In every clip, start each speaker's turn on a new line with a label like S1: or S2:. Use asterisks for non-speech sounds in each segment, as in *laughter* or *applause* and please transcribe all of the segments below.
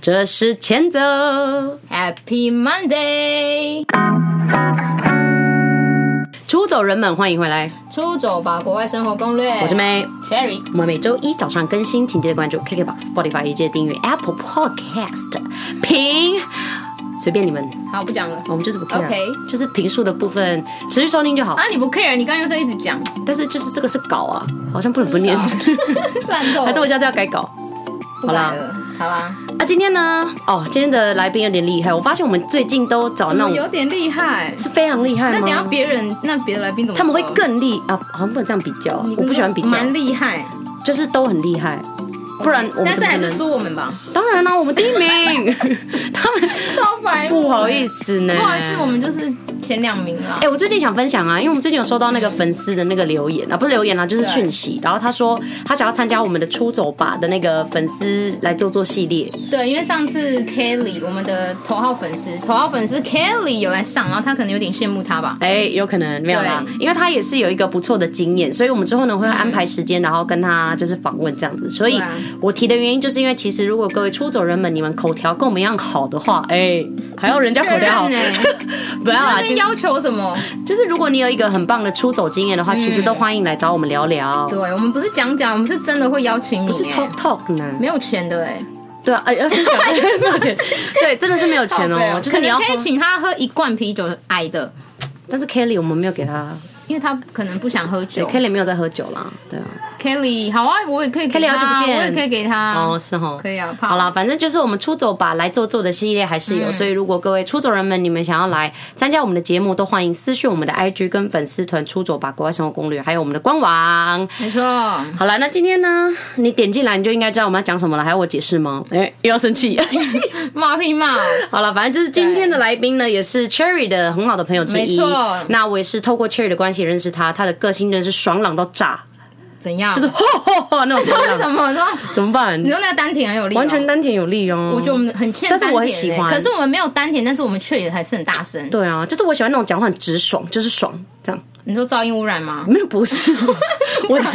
S1: 这是前奏。
S2: Happy Monday，
S1: 出走人们，欢迎回来，
S2: 出走吧，国外生活攻略。
S1: 我是 May。
S2: Sherry，
S1: 我们每周一早上更新，请记得关注 KKBOX、Spotify，也记得订阅 Apple Podcast。评，随便你们，
S2: 好，不讲了。
S1: 我们就是不 care，、
S2: OK
S1: 就是评述的部分持续收听就好。
S2: 啊，你不 care，你刚刚在一直讲， *laughs*
S1: 但是就是这个是稿啊，好像不能不念，
S2: 乱
S1: *laughs*
S2: 斗，
S1: 还是我下次要改稿。
S2: 哦不改了，好吧？
S1: 啊，今天呢，哦，今天的来宾有点厉害，我发现我们最近都找
S2: 怎
S1: 哦那
S2: 么
S1: 种
S2: 有点厉害？
S1: 是非常厉害
S2: 那等下
S1: 吗？
S2: 别人，那别的来宾怎么说？
S1: 他们会更厉啊，好像不能这样比较，
S2: 你
S1: 我不喜欢比较，
S2: 蛮厉害，
S1: 就是都很厉害，不然我们
S2: 但是
S1: 怎么
S2: 还
S1: 可
S2: 是
S1: 能
S2: 输我
S1: *laughs*
S2: 们吧。
S1: 当然啦，我们第一名， *laughs* 他们
S2: 超白，
S1: 不好意，思呢，
S2: 不好意思，我们就是前两名啦
S1: 哎、。我最近想分享啊，因为我们最近有收到那个粉丝的那个留言啊，不是留言啦、就是讯息。然后他说他想要参加我们的出走吧的那个粉丝来做做系列，
S2: 对，因为上次 Kelly 我们的头号粉丝，头号粉丝 Kelly 有来上，然后他可能有点羡慕他吧。
S1: 哎、有可能没有啦，
S2: 对
S1: 因为他也是有一个不错的经验，所以我们之后呢会安排时间，然后跟他就是访问这样子。所以
S2: 对啊
S1: 我提的原因就是因为其实如果各位出走人们你们口条跟我们一样好的话，哎、还要人家口条好，
S2: 确认欸
S1: 不要啦，
S2: 那
S1: 其
S2: 边
S1: 实
S2: 要求什么？
S1: 就是如果你有一个很棒的出走经验
S2: 嗯
S1: 的话，其实都欢迎来找我们聊聊。
S2: 对，我们不是讲讲，我们是真的会邀请
S1: 不是
S2: 你、
S1: talk
S2: 欸，
S1: talk 呢？
S2: 没有钱的哎、
S1: 对啊，哎、而且没有钱，对，真的是没有钱哦，就是你要
S2: 可
S1: 花
S2: 能可以请他喝一罐啤酒，矮的，
S1: 但是 Kelly 我们没有给他
S2: 因为他可能不想喝
S1: 对
S2: 酒。
S1: ，Kelly 没有在喝酒啦，对啊，
S2: Kelly，好啊，我也可以给
S1: Kelly，好久
S2: 他，
S1: 不见
S2: 我也可以给他，
S1: 哦，是哦，
S2: 可以啊，怕
S1: 好啦，反正就是我们出走吧，来做做的系列还是
S2: 嗯
S1: 有，所以如果各位出走人们，你们想要来参加我们的节目，都欢迎私讯我们的 IG 跟粉丝团“出走吧国外生活攻略”，还有我们的官网。
S2: 没错，
S1: 好了，那今天呢，你点进来你就应该知道我们要讲什么了，还要我解释吗？哎、又要生气。
S2: 骂屁骂，
S1: 好了，反正就是今天的来宾呢，也是 Cherry 的很好的朋友之一
S2: 没错。
S1: 那我也是透过 Cherry 的关系认识他，他的个性真的是爽朗到
S2: 啊
S1: 炸，
S2: 怎样？
S1: 就是吼吼吼那种爽
S2: 为
S1: 朗，
S2: *laughs* 什 *laughs* 么说？
S1: 怎么办
S2: 你？说那个丹田很有力、哦，
S1: 完全丹田有力哦。
S2: 我觉得我们很欠丹
S1: 但
S2: 田、
S1: 是
S2: 欸，
S1: 我很喜欢
S2: 可是我们没有丹田，但是我们却也还是很大声。
S1: 对啊，就是我喜欢那种讲话很直爽，就是爽这样。
S2: 你说噪音污
S1: *laughs*
S2: 染吗？
S1: 没有不
S2: *laughs*
S1: 是，我的 *laughs*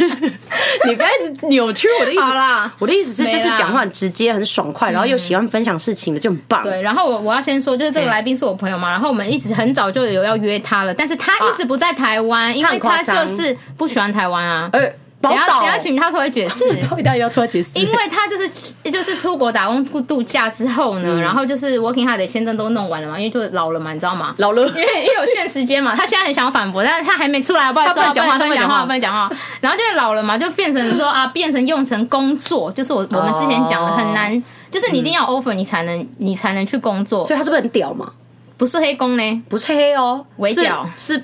S1: 你不要一直扭曲我的意思。
S2: 好啦，
S1: 我的意思是，就是
S2: 没啦嗯
S1: 讲话很直接、很爽快，然后又喜欢分享事情的，就很棒。
S2: 对，然后我我要先说，就是这个来宾是我朋友
S1: 嗯
S2: 嘛，然后我们一直很早就有要约他了，但是他一直不在台湾，因
S1: 他
S2: 为
S1: 很夸
S2: 他
S1: 张
S2: 就是不喜欢台湾啊。
S1: 呃，宝
S2: 等下
S1: 岛
S2: 等，下请他稍微
S1: *laughs*
S2: 解释，
S1: 到底大家要出来解释？
S2: 因为他就是就是出国打工度度假之后
S1: 嗯
S2: 呢，然后就是 working hard 的签证都弄完了嘛，因为就老了嘛，你知道吗？
S1: 老了，
S2: *laughs* 因为因为有限时间嘛，他现在很想要反驳，但是他还没出来，不好意思，
S1: 他不能讲话
S2: 不能讲
S1: 他
S2: 话，
S1: 不
S2: 不能讲话。然后就老了嘛，就变成
S1: *laughs*
S2: 说啊，变成用成工作，就是我我们之前讲的
S1: 哦
S2: 很难，就是你一定要 offer 你才能你才能去工作，
S1: 所以他是不是很屌嘛？
S2: 不是黑工呢，
S1: 不是黑哦，
S2: 微
S1: 是
S2: 屌
S1: 是，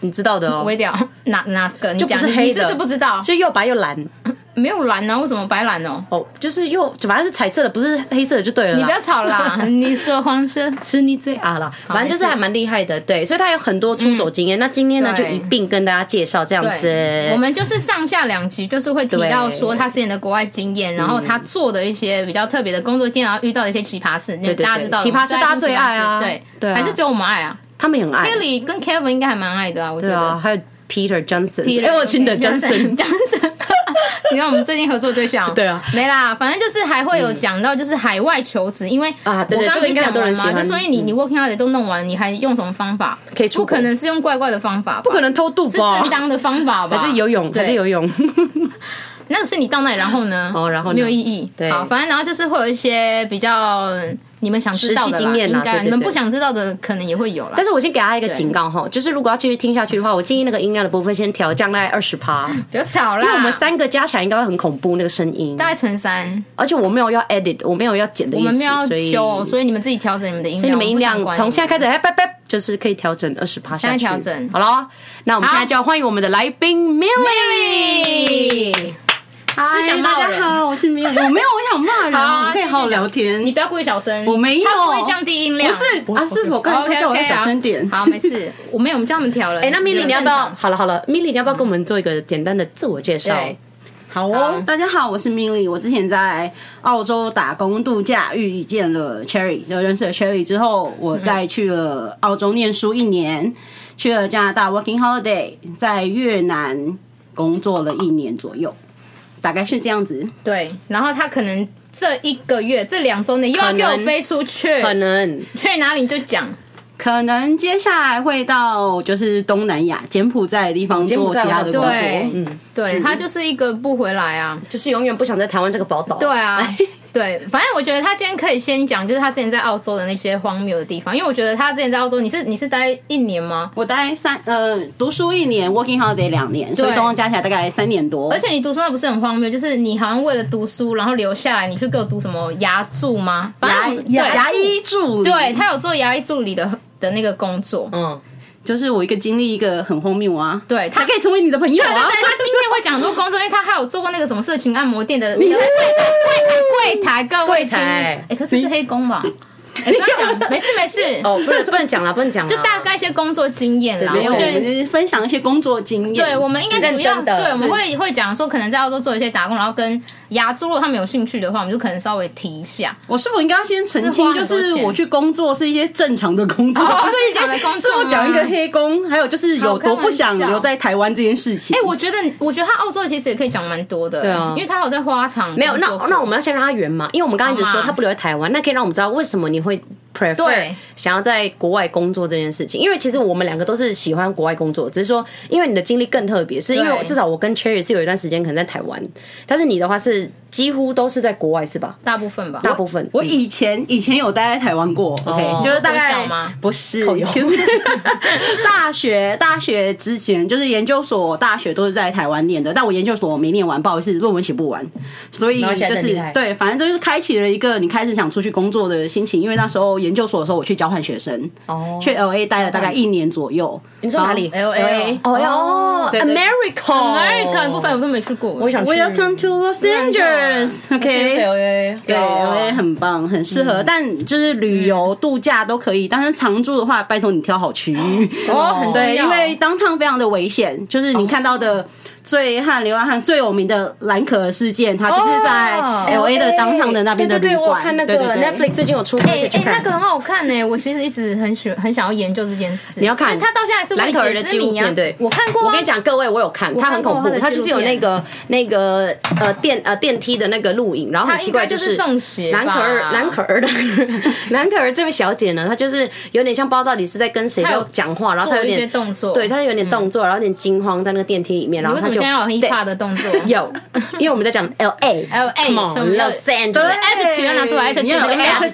S1: 你知道的哦，
S2: 微
S1: *laughs*
S2: 掉哪哪个？你讲
S1: 就不是
S2: 你
S1: 黑的
S2: 你是不是不知道？
S1: 就又白又蓝
S2: 没有蓝呢、为什么白蓝哦？
S1: 哦，就是又反正是彩色的，不是黑色的就对了啦。
S2: 你不要吵
S1: *laughs*
S2: 啦，你说黄色。
S1: 吃你最啊啦，反正就是
S2: 没事嗯
S1: 还蛮厉害的，对，所以他有很多出走经验。那今天呢，就
S2: 对
S1: 一并跟大家介绍这样
S2: 对，我
S1: 子。
S2: 们就是上下两集，就是会提到说他之前的国外经验，然后
S1: 嗯
S2: 他做的一些比较特别的工作经验，然后遇到的一些奇葩事，
S1: 对对
S2: 大家知道的
S1: 奇葩事大家最爱啊
S2: 对
S1: 对啊
S2: 还是只有我们爱啊
S1: 他们也很爱，
S2: ？Kelly 跟 Kevin 应该还蛮爱的啊，我觉
S1: 对啊，
S2: 得。
S1: 还有 Peter Johnson，
S2: Peter
S1: 哎，我新的
S2: *laughs*
S1: Johnson，
S2: Johnson Johnson，你看我们最近合作对象，
S1: 对啊，嗯
S2: 没啦，反正就是还会有讲到就是海外求职，因为
S1: 啊对对
S2: 我
S1: 这
S2: 刚刚
S1: 个
S2: 不
S1: 应
S2: 是
S1: 该很
S2: 讲
S1: 多
S2: 完
S1: 人
S2: 嘛，
S1: 喜欢嗯
S2: 就所以你你 working out 也都弄完，你还用什么方法？
S1: 可以出
S2: 不
S1: 国
S2: 可能是用怪怪的方法吧，
S1: 不可能偷渡
S2: 是
S1: 吧
S2: 正？当的方法吧？
S1: 还是游泳，
S2: 对
S1: 还是游
S2: *laughs*
S1: 泳，
S2: 那个是你到那里，然后呢？
S1: 哦然后呢
S2: 没有意义。
S1: 对
S2: 好，反正然后就是会有一些比较你们想知道的
S1: 实
S2: 啦
S1: 际经验啦
S2: 应该
S1: 对对对
S2: 你们不想知道的可能也会有啦
S1: 但。是我先给大家一个警告哈，就是如果要继续听下去的话，我建议那个音量的部分先调降在二十趴，
S2: 不要吵啦，
S1: 那我们三个加起来应该会很恐怖那个声音。
S2: 大概乘三，
S1: 而且我没有要 edit，我没有要剪的意
S2: 我
S1: 思，
S2: 们没有要
S1: 所以
S2: 修哦，所以你们自己调整你们的音
S1: 所以
S2: 量，
S1: 你们音量
S2: 我不想管
S1: 从
S2: 你们
S1: 现在开始，哎，拜拜，就是可以调整二十趴下去。
S2: 现在调整
S1: 好了，那我们
S2: 好
S1: 现在就要欢迎我们的来宾 Milly。
S2: Millie
S3: 嗨
S2: 是想骂
S3: 大
S2: 人
S3: 家好，我是
S1: *laughs*
S3: 米，我没有，我想骂人，
S2: 好啊
S3: 我可以好好聊天。
S2: 你不要故意小声，
S3: 我没有
S2: 他故意降低音量，
S3: 不是啊？是否刚才说
S2: OK
S3: 叫我
S2: OK
S3: 要小声点？
S2: 好，没事，我没有，我们叫他们调了。
S1: 哎，那 Milly 你要不
S2: 正
S1: 要？
S2: 常？
S1: 好了好了，Milly 你要不要跟我们做一个简单的自我介绍？
S2: 对，
S3: *laughs* 好哦，大家好，我是 Milly。我之前在澳洲打工度假，遇见了 Cherry，就认识了 Cherry 之后，我再去了澳洲念书一年，去了加拿大 Working Holiday，在越南工作了一年左右。大概是这样子。
S2: 对，然后他可能这一个月、这两周内又要给我
S1: 可能
S2: 飞出去，
S1: 可能
S2: 去哪里你就讲。
S3: 可能接下来会到就是东南亚、柬埔寨的地方
S1: 柬埔
S3: 做其
S1: 寨
S3: 他
S1: 我
S3: 的工
S1: 知道
S3: 作。
S2: 对，
S3: 嗯
S2: 对他就是一个不回来啊。
S1: 就是永远不想在台湾这个宝岛。
S2: 对啊，对，反正我觉得他今天可以先讲，就是他之前在澳洲的那些荒谬的地方，因为我觉得他之前在澳洲，你是你是待一年吗？
S3: 我大概三呃读书一年，working holiday 两年，所以
S2: 对
S3: 总共加起来大概三年多。
S2: 而且你读书那不是很荒谬，就是你好像为了读书，然后留下来，你去给我读什么牙助吗？
S3: 牙
S2: 反正
S3: 牙牙医哦助理，
S2: 对，他有做牙医助理的的那个工作。
S1: *laughs* 嗯，
S3: 就是我一个经历一个很荒谬啊。
S2: 对
S3: 他
S2: 他
S3: 可以成为你的朋友
S2: 对对
S3: 啊。
S2: 对，他今天会讲很多工作，因为他还有做过那个什么色情按摩店的
S3: 你
S2: 那个柜台，各位
S1: 柜台
S2: 听哎，可这是黑工
S3: *laughs*
S2: 吧？哎，不要讲，没事没事，
S1: 哦，不能不能讲了，不能讲了，
S2: 就大概一些工作经验啦。
S3: 啊没有，
S2: 我
S3: 我
S2: 觉得。
S3: 们分享一些工作经验。
S2: 对，我们应该主
S1: 认
S2: 要
S1: 真的
S2: 对，我们
S1: 是
S2: 会会讲说，可能在澳洲做一些打工，然后跟牙猪，如果他们有兴趣的话，我们就可能稍微提一下。
S3: 我是否应该要先澄
S2: 是花
S3: 清，
S2: 很
S3: 就
S2: 多
S3: 是
S2: 钱
S3: 我去工作是一些正常的工作，
S2: 哦
S3: 不是一
S2: 正常的工
S3: 些
S2: 作吗
S3: 是我讲一个黑工，还有就是有多不想留在台湾这件事情。
S2: 哎、我觉得，我觉得他澳洲其实也可以讲蛮多的，
S1: 对啊
S2: 因为他有在花场
S1: 没有，那
S2: 工作
S1: 那我们要先让他圆嘛，因为我们刚刚一直
S2: 好
S1: 说
S3: 啊
S2: 嘛
S1: 他不留在台湾，那可以让我们知道为什么你会 prefer
S2: 对
S1: 想要在国外工作这件事情。因为其实我们两个都是喜欢国外工作，只是说因为你的经历更特别，是因为
S2: 对
S1: 至少我跟 Cherry 是有一段时间可能在台湾，但是你的话是几乎都是在国外是吧？
S2: 大部分吧，
S1: 大部分
S3: 我以前以前有待在台湾过
S1: 哦
S3: ，OK，就是大
S2: 国小
S3: 概
S2: 吗
S3: 不是 *laughs*
S1: 口油，
S3: 就是大学大学之前就是研究所、大学都是在台湾念的，但我研究所我没念完，不好意思，论文写不完，所以
S1: 没关系
S3: 就
S1: 还是很厉
S3: 是
S1: 害
S3: 对，反正就是开启了一个你开始想出去工作的心情，因为那时候研究所的时候我去交换学生，
S1: 哦
S3: 去 L A 待了大概一年左右。
S1: 你说哪里
S3: 然后
S2: LA
S1: 哦哦
S3: 对对
S2: ，America
S1: ，America，America
S2: 的部分我都没去过，
S1: 我也想去
S3: Welcome to Los Angeles，OK，、
S1: 对哦嗯
S3: 对，LA 很棒，很适合，但就是旅游、度假都可以，但是常住的话，拜托你挑好区域。 *laughs*
S2: 哦，很重要，
S3: 对，因为当趟非常的危险，就是
S1: 哦
S3: 你看到的醉汉、流浪汉最有名的兰可儿事件，它就是在
S2: 哦
S3: L A 的当趟的那边的
S1: 哎对
S3: 旅
S1: 对对，我有
S3: 馆。
S1: 看那个
S3: 对对对
S1: Netflix 最近有出，可
S2: 哎、
S1: 以去
S2: 哎、那
S1: 看
S2: 个。很好看呢、我其实一直很喜很想要研究这件事。
S1: 你要看
S2: 他到现在还是
S1: 兰可儿
S2: 未
S1: 的
S2: 解
S1: 纪
S2: 之
S1: 录
S2: 谜啊
S1: 片，！对，
S2: 我看过、啊，
S1: 我跟你，讲，各位，我有看，
S2: 我
S1: 它
S2: 看
S1: 很恐
S2: 过
S1: 怖
S2: 他，的
S1: 它就是有
S2: 纪录
S1: 那
S2: 片
S1: 个那个呃电呃电梯的那个录影，然后很
S2: 他
S1: 奇
S2: 应
S1: 怪
S2: 该
S1: 就是
S2: 是。中邪吧？
S1: 蓝可儿，蓝可儿的 *laughs* 蓝可儿这位小姐呢，她就是有点像不知道到底是在跟谁
S2: 她有
S1: 在讲话，然后她
S2: 做
S1: 有
S2: 一些
S1: 点
S2: 动作，嗯
S1: 对，她有点动作，然后有点惊慌在那个电梯里面，然
S2: 你
S1: 后
S2: 为什
S1: 她
S2: 么
S1: 就
S2: 现在要有
S1: 对
S2: hiphop 的动作？
S1: *laughs* 有，因为我们在
S2: *laughs*
S1: 讲 L A
S2: LA 什么
S1: Los Angeles
S2: 对 attitude 要拿出来
S3: 你要有
S1: attitude，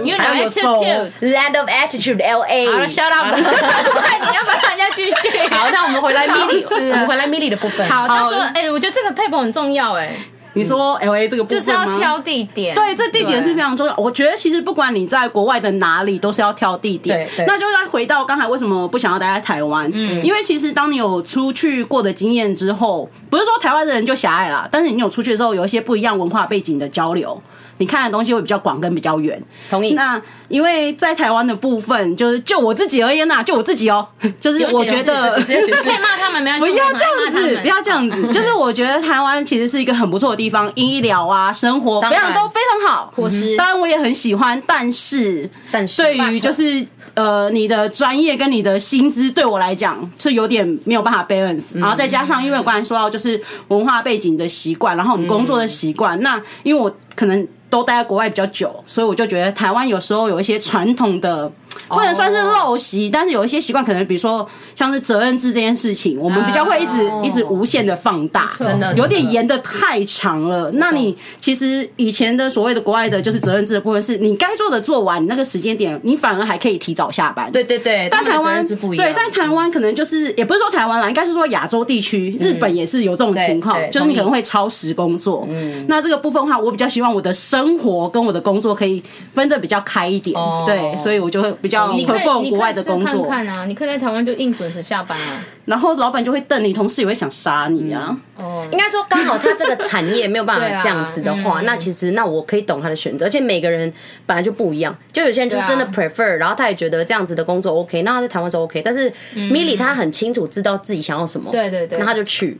S3: attitude，
S2: 因为你
S3: 还要
S2: 有
S3: 有 soul
S2: attitude。
S1: Land of Attitude L A。
S2: 好了，shut up！你 *laughs* 要不要让人家继续？
S1: *laughs* 好，那我们
S2: *laughs*
S1: 回来
S2: 吵
S1: Milly，
S2: 死
S1: 我
S2: 了
S1: 们回来 Milly 的部分。
S2: 好，他说，
S3: 好
S2: 哎、我觉得这个配本很重要、哎，
S3: 你说 L A 这个部分
S2: 就是要
S3: 吗
S2: 挑地点。
S3: 对，这地点是非
S2: 对
S3: 常重要。我觉得其实不管你在国外的哪里，都是要挑地点
S1: 对对。
S3: 那就再回到刚才为什么不想要待在台湾？嗯，因为其实当你有出去过的经验之后，不是说台湾的人就狭隘啦，但是你有出去的时候，有一些不一样文化背景的交流。你看的东西会比较广，跟比较远。
S1: 同意。
S3: 那因为在台湾的部分，就是就我自己而言呐、就我自己哦， *laughs* 就是我觉得
S1: 有解释有解释
S2: 可以骂他们，没关系，
S3: 不要
S2: 我们
S3: 这样
S2: 骂他
S3: 子，
S2: 们
S3: 不要这样子。就是我觉得台湾其实是一个很不错的地方，医疗啊、生活
S1: 当
S3: 非
S1: 然
S3: 常都非常好。嗯
S2: 伙食
S3: 当然我也很喜欢，但是
S1: 但是
S3: 对于就是呃你的专业跟你的薪资对我来讲是有点没有办法 balance。然后
S1: 嗯
S3: 再加上因为我刚才说到就是文化背景的习惯，然后你工作的习惯，
S1: 嗯
S3: 那因为我可能。都待在国外比较久，所以我就觉得台湾有时候有一些传统的，
S1: 哦
S3: 不能算是陋习，但是有一些习惯，可能比如说像是责任制这件事情，我们比较会一直、
S1: 哦
S3: 一直无限的放大，
S1: 真的
S3: 有
S1: 真
S3: 点
S1: 的
S3: 延的太长了。那你其实以前的所谓的国外的，就是责任制的部分，是你该做的做完，你那个时间点，你反而还可以提早下班。
S1: 对。对对，
S3: 但台
S1: 他们的责
S3: 湾
S1: 任制不一样
S3: 对，但台湾可能就是也不是说台湾啦，应该是说亚洲地区，日本也是有这种情况
S1: 对，对
S3: 就是你可能会超时工作。那这个部分的话，我比较希望我的生活跟我的工作可以分的比较开一点
S1: 哦，
S3: 对，所以我就会比较
S2: 哦你可
S3: prefer
S2: 以，你
S3: 国
S2: 可
S3: 外
S2: 以
S3: 的
S2: 试
S3: 工
S2: 看
S3: 作，
S2: 看啊！你可以在台湾就硬准时下班啊。
S3: 然后老板就会瞪你，同事也会想杀你啊。
S2: 哦，
S1: 应该说刚好他这个产业没有办
S2: *laughs* 对
S1: 法
S2: 啊
S1: 这样子的话，那其实那我可以懂他的选择，而且每个人本来就不一样，就有些人就是真的
S2: 对啊
S1: prefer，然后他也觉得这样子的工作 OK，那他在台湾是 OK，但是 Milly 他很清楚知道自己想要什么，
S2: 嗯对对对啊
S1: 那他就去。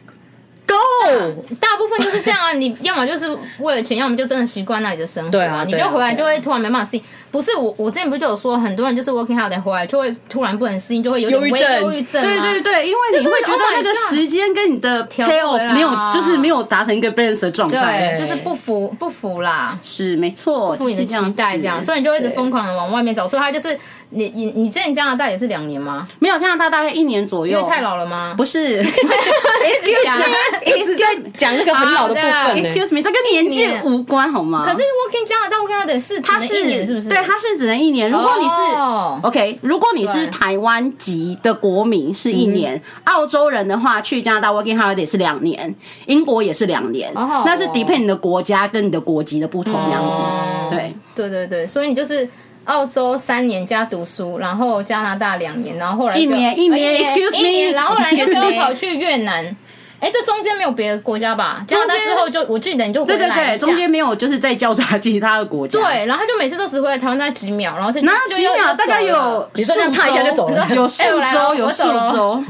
S1: Go！
S2: 大部分就是这样啊，你要么就是为了钱，要么就真的习惯那里的生活、
S1: 对啊
S2: 你
S1: 对啊
S2: 就回来
S1: 对
S2: 就
S1: 啊
S2: 会突然没办法适应。不是我，我之前不是就有说，很多人就是 working hard 回来就会突然不能适应，就会有点
S1: 忧郁
S2: 微
S1: 症
S2: 忧郁症啊。
S3: 对对对，因为你会觉得
S2: ，Oh
S3: 那个时间跟你的 payoff 没有，就是没有达成一个 balance 的状态，
S2: 哦对，就是不服不服啦，
S3: 是没错，
S2: 不服你的
S3: 就是样
S2: 期待这样，
S3: 子
S2: 所以你就会一直疯狂的往外面走。所以他就是你你你之前加拿大也是两年吗？
S3: 没有加拿大大概一年左
S2: 因
S3: 右
S2: 为，太老了吗？
S3: 不是
S2: *laughs*
S3: ，excuse
S1: 讲
S3: me，
S1: 一直在讲那个很老的部
S2: 好
S1: 分
S2: 的
S1: 呢、
S3: excuse me，这跟年
S2: 一
S3: 纪
S2: 年
S3: 无关好吗？
S2: 可是 working 加拿大 working 的是他
S3: 它
S2: 一年是不是？
S3: 对，它啊是只能一年。如果你是、
S2: 哦
S3: OK，如果你
S2: 对
S3: 是台湾籍的国民是一年，澳洲人的话去加拿大 working holiday 是两年，英国也是两年，
S2: 哦
S3: 那是 depend 你的国家跟你的国籍的不同这样子。
S2: 哦
S3: 对，
S2: 对对对，所以你就是澳洲三年加读书，然后加拿大两年，然后后来就
S3: 一年一年
S2: 呃
S3: excuse
S2: 一
S3: me，
S2: 年然后后来就
S1: excuse
S2: 是
S1: me
S2: 跑去越南。哎，这中间没有别的国家吧？加拿大
S3: 中间
S2: 之后就我记得你就回
S3: 对对
S2: 来
S3: 对，
S2: 一下
S3: 中间没有就是在交叉其他的国家。，
S2: 对，然后他就每次都只回来台湾大概几秒，然后是
S3: 哪有几秒？大概有
S1: 你说这样
S3: 数
S1: 踏一下就走了
S3: 周有数
S2: 哎我来
S3: 周，
S2: 了
S3: 有
S2: 我
S3: 数
S2: 走了
S3: 周，
S2: 我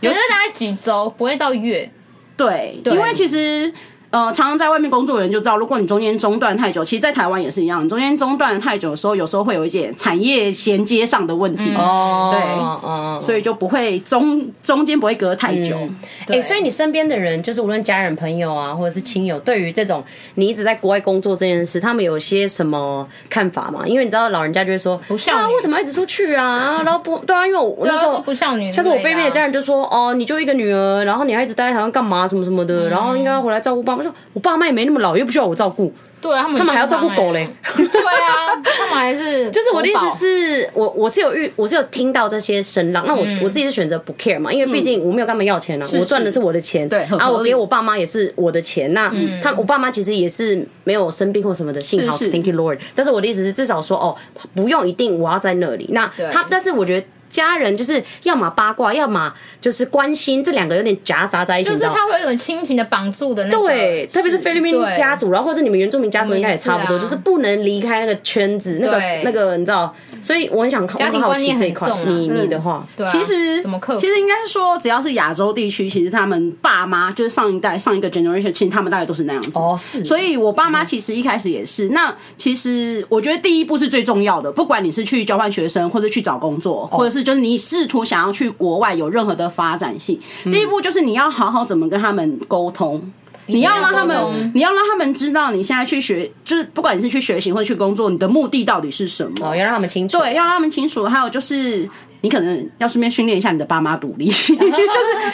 S3: 有
S2: 觉得大概几周，不会到月。
S3: 对，
S2: 对
S3: 因为其实。呃，常常在外面工作的人就知道，如果你中间中断太久，其实，在台湾也是一样，你中间中断太久的时候，有时候会有一点产业衔接上的问题，
S2: 嗯
S1: 哦，哦，
S3: 所以就不会中中间不会隔太久。
S2: 嗯
S1: 哎、所以你身边的人，就是无论家人、朋友啊，或者是亲友，对于这种你一直在国外工作这件事，他们有些什么看法吗？因为你知道，老人家就会说，不
S2: 像
S1: 啊，
S2: 你
S1: 为什么要一直出去啊？然后不对啊，因为我我那
S2: 他
S1: 时候
S2: 说不像女之类的啊，
S1: 像是我菲菲的家人就说，哦，你就一个女儿，然后你还一直待在台湾干嘛，什么什么的，然后应该要回来照顾爸妈。说我爸妈也没那么老，又不需要我照顾。
S2: 对他们
S1: 他嗯们还要
S2: 正常
S1: 照顾狗嘞 *laughs*
S2: 哎对啊，他们还 *laughs* 是
S1: 就是我的意
S3: 国宝
S1: 思是我我是有遇我是有听到这些声浪，那我、
S3: 嗯
S1: 我自己是选择不 care 嘛，因为毕竟我没有跟他们要钱啊，我赚的是我的钱，
S3: 对很
S1: 啊，
S3: 合
S1: 我
S3: 理嗯
S1: 给我爸妈也是我的钱，那他我爸妈其实也是没有生病或什么的，幸好
S3: 是
S1: Thank you Lord。但是我的意思是，至少说哦，不用一定我要在那里，那
S2: 对
S1: 他但是我觉得。家人就是要么八卦，要么就是关心，这两个有点夹杂在一起，
S2: 就
S1: 你
S2: 是
S1: 知道吗
S2: 他会有一种亲情的绑住的那个
S1: 对，特别是菲律宾
S2: 对
S1: 家族，然后或是你们原住民家族，应该也差不多，
S2: 我们也是啊
S1: 就是不能离开那个圈子，那个
S2: 对
S1: 那个，你知道，所以我很想
S2: 家庭
S1: 我好
S2: 观
S1: 奇
S2: 念
S1: 这一
S2: 很
S1: 块
S2: 重啊，
S1: 你你
S3: 嗯
S1: 的话，
S2: 对啊
S3: 其实
S2: 怎么克服
S3: 其实应该是说，只要是亚洲地区，其实他们爸妈就是上一代、上一个 generation，其实他们大概都是那样子。
S1: 哦是
S3: 所以我爸妈
S2: 嗯
S3: 其实一开始也是。那其实我觉得第一步是最重要的，不管你是去交换学生，或者去找工作，
S2: 哦
S3: 或者是就是你试图想要去国外有任何的发展性，第一步就是你要好好怎么跟他们沟通。你要让他
S2: 嗯一定要沟通
S3: 们，你要让他们知道你现在去学，就是不管你是去学习或者去工作，你的目的到底是什么
S1: 哦，。要让他们清楚，
S3: 对，要让他们清楚。还有就是，你可能要顺便训练一下你的爸妈独
S2: *laughs*
S3: 立，就是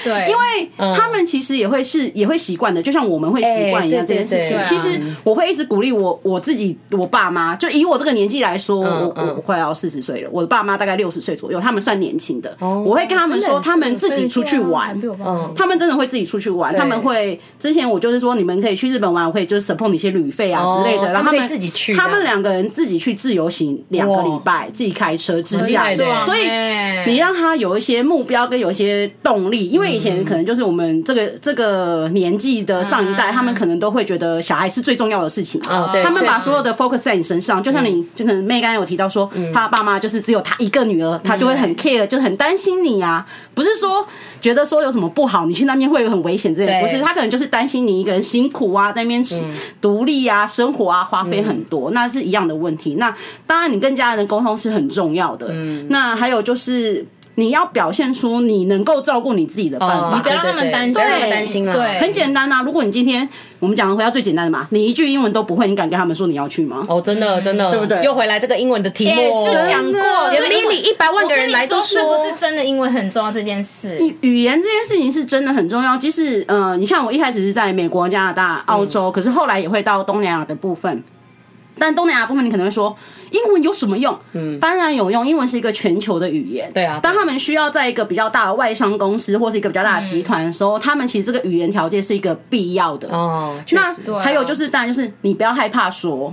S2: 对，
S3: 因
S1: 哎
S3: 为
S1: 嗯
S3: 他们其实也会是也会习惯的，就像我们会习惯一
S1: 哎
S3: 样这
S1: 对
S3: 件事情。
S1: 对对
S3: 其实我会一直鼓励我我自己我爸妈，就以我这个年纪来说，我
S1: 嗯
S3: 我我快要四十岁了，我的爸妈大概六十岁左右，他们算年轻的。我会跟他们
S1: 哦真的
S3: 说，
S1: 很
S3: 他们自己
S2: 对
S3: 出去
S2: 对啊
S3: 玩，嗯
S2: 比我爸妈
S3: 他们真的会自己出去玩，他们会之前我就是说，你们可以去日本玩，我可以就是 support 你一些旅费啊之类
S1: 哦
S3: 的，然后
S1: 他们可以
S3: 们
S1: 自己去
S3: 他们
S1: 这样
S3: 两个人自己去自由行两个礼拜，自己开车自驾
S1: 很，爽
S3: 所以
S1: 啊
S2: 欸
S3: 你让他有一些目标跟有一些动力，因为以前可能就是我们这个
S1: 嗯
S3: 这个年纪的上一代，他们可能都会觉得小孩是最重要的事情，
S1: 哦对
S3: 他们把
S1: 确实
S3: 所有的 focus 在你身上，就像
S1: 嗯
S3: 你就可能妹刚才有提到说，他爸妈就是只有他一个女儿，他就会
S1: 嗯
S3: 很 care，就是很担心你啊，不是说觉得说有什么不好，你去那边会有很危险之类的，
S1: 对嗯
S3: 不是，他可能就是担心你一个人辛苦啊，在那边吃独立啊，生活啊，花费很多，那是一样的问题。那当然，你跟家人的沟通是很重要的。嗯，那还有就是你要表现出你能够照顾你自己的办
S1: 哦
S3: 法。
S1: 你
S2: 不要让他们担
S1: 对对对
S2: 心，
S1: 不要让他们担心啦
S2: 对，
S3: 很简单啊，如果你今天我们讲回到最简单的嘛，你一句英文都不会，你敢跟他们说你要去吗？
S1: 哦，真的真的，对
S3: 不对
S1: 又回来这个英文的题
S2: 哎，
S1: 目
S2: 就
S1: 哦，
S2: 讲
S3: 真
S2: 过，
S3: 的
S2: 所以
S1: 也比你一百万个
S2: 我跟
S1: 人
S2: 你
S1: 来都
S2: 说，是
S1: 说
S2: 不是真的英文很重要这件事？
S3: 语言这件事情是真的很重要。即使呃，你看我一开始是在美国、加拿
S1: 嗯
S3: 大、澳洲，可是后来也会到东南亚的部分。但东南亚部分，你可能会说英文有什么用？嗯，当然有用，英文是一个全球的语言。
S1: 对啊对
S3: 当他们需要在一个比较大的外商公司或是一个比较大的集团的时候，他们其实这个语言条件是一个必要的。
S1: 嗯哦，确实
S3: 那
S2: 啊
S3: 还有就是，当然就是你不要害怕说，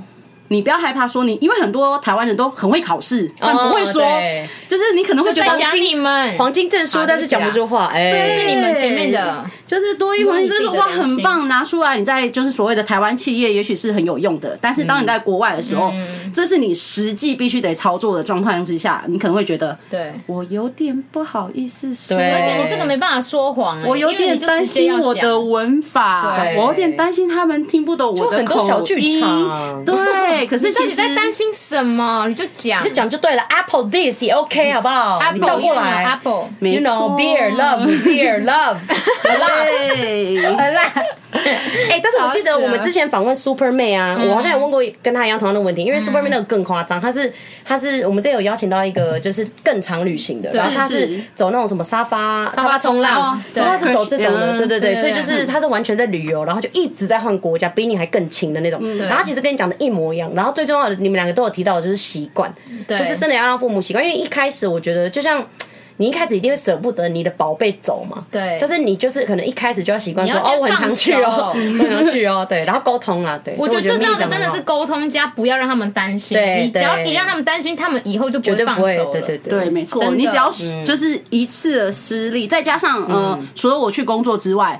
S3: 你不要害怕说你，因为很多台湾人都很会考试，但不会说，
S1: 哦对
S3: 就是你可能会觉
S2: 在
S3: 得
S2: 讲你们，
S1: 黄金证书，
S2: 好
S1: 但是讲不出话，哎，
S2: 这是你们前面的，
S3: 就是多一环，
S2: 你
S3: 你
S2: 自己
S3: 这
S2: 的
S3: 个哇
S2: 良心
S3: 很棒，拿出来你在就是所谓的台湾企业也许是很有用的，但是当你在国外的时候，
S2: 嗯
S3: 这是你实际必须得操作的状况之下，你可能会觉得
S2: 对。
S3: 我有点不好意思说，
S1: 对
S2: 而且你这个没办法说谎、欸，
S3: 我有点担心我的文法，
S2: 对
S3: 我有点担心他们听不懂我的
S1: 就很多
S3: 口
S1: 小剧
S3: 音
S1: 场
S3: 对，可是
S2: 你到
S3: 其
S2: 底
S3: 实
S2: 在担心什么？你就讲，
S1: 就讲就对了，Apple this 也 OK 好不好？你
S2: Apple
S1: 倒过来
S2: Apple
S1: ，You
S3: 没
S1: know
S3: 错
S1: beer love
S3: *laughs*
S1: beer love 好啦。
S3: 对，
S2: 很烂，
S1: *laughs* 哎、但是我记
S2: 吵
S1: 得
S2: 死
S1: 我们
S2: 了嗯
S1: 之前访问 Super 妹啊，我好像有问过跟她一样同样的问题，因为 Super 妹那个更夸张，她是她是我们之前有邀请到一
S2: 嗯
S1: 个就是更长旅行的，然后她
S3: 是
S1: 是
S3: 是
S1: 走那种什么沙发沙
S2: 发冲浪
S1: 所以她是走这种的，
S3: 嗯
S1: 对对对，
S2: 对对对
S1: 所以就是她是完全在旅游，然后就一直在换国家，比你还更勤的那种，
S2: 嗯
S1: 然后她其实跟你讲的一模一样，然后最重要的你们两个都有提到的就是习惯，
S2: 对，
S1: 就是真的要让父母习惯，因为一开始我觉得就像。你一开始一定会舍不得你的宝贝走嘛，
S2: 对
S1: 但是你就是可能一开始就要习惯说
S2: 你要
S1: 哦
S2: 先，
S1: 我很常去哦，
S2: 放手
S1: *laughs* 我很常去哦，对，然后沟通啦，对，
S2: 我
S1: 所以
S2: 觉
S1: 我
S2: 得最重要的真的是
S1: 觉
S2: 沟通加不要让他们担心。
S1: 对
S2: 你只要
S1: 对
S2: 你让他们担心，他们以后就不
S1: 得你
S2: 会放
S1: 讲得很好绝对
S2: 手
S1: 不
S2: 了。
S1: 会，对对对嗯
S3: 对，没错，
S2: 真的
S3: 你只要是就是一次的失利，再加上呃，除了我去工作之外，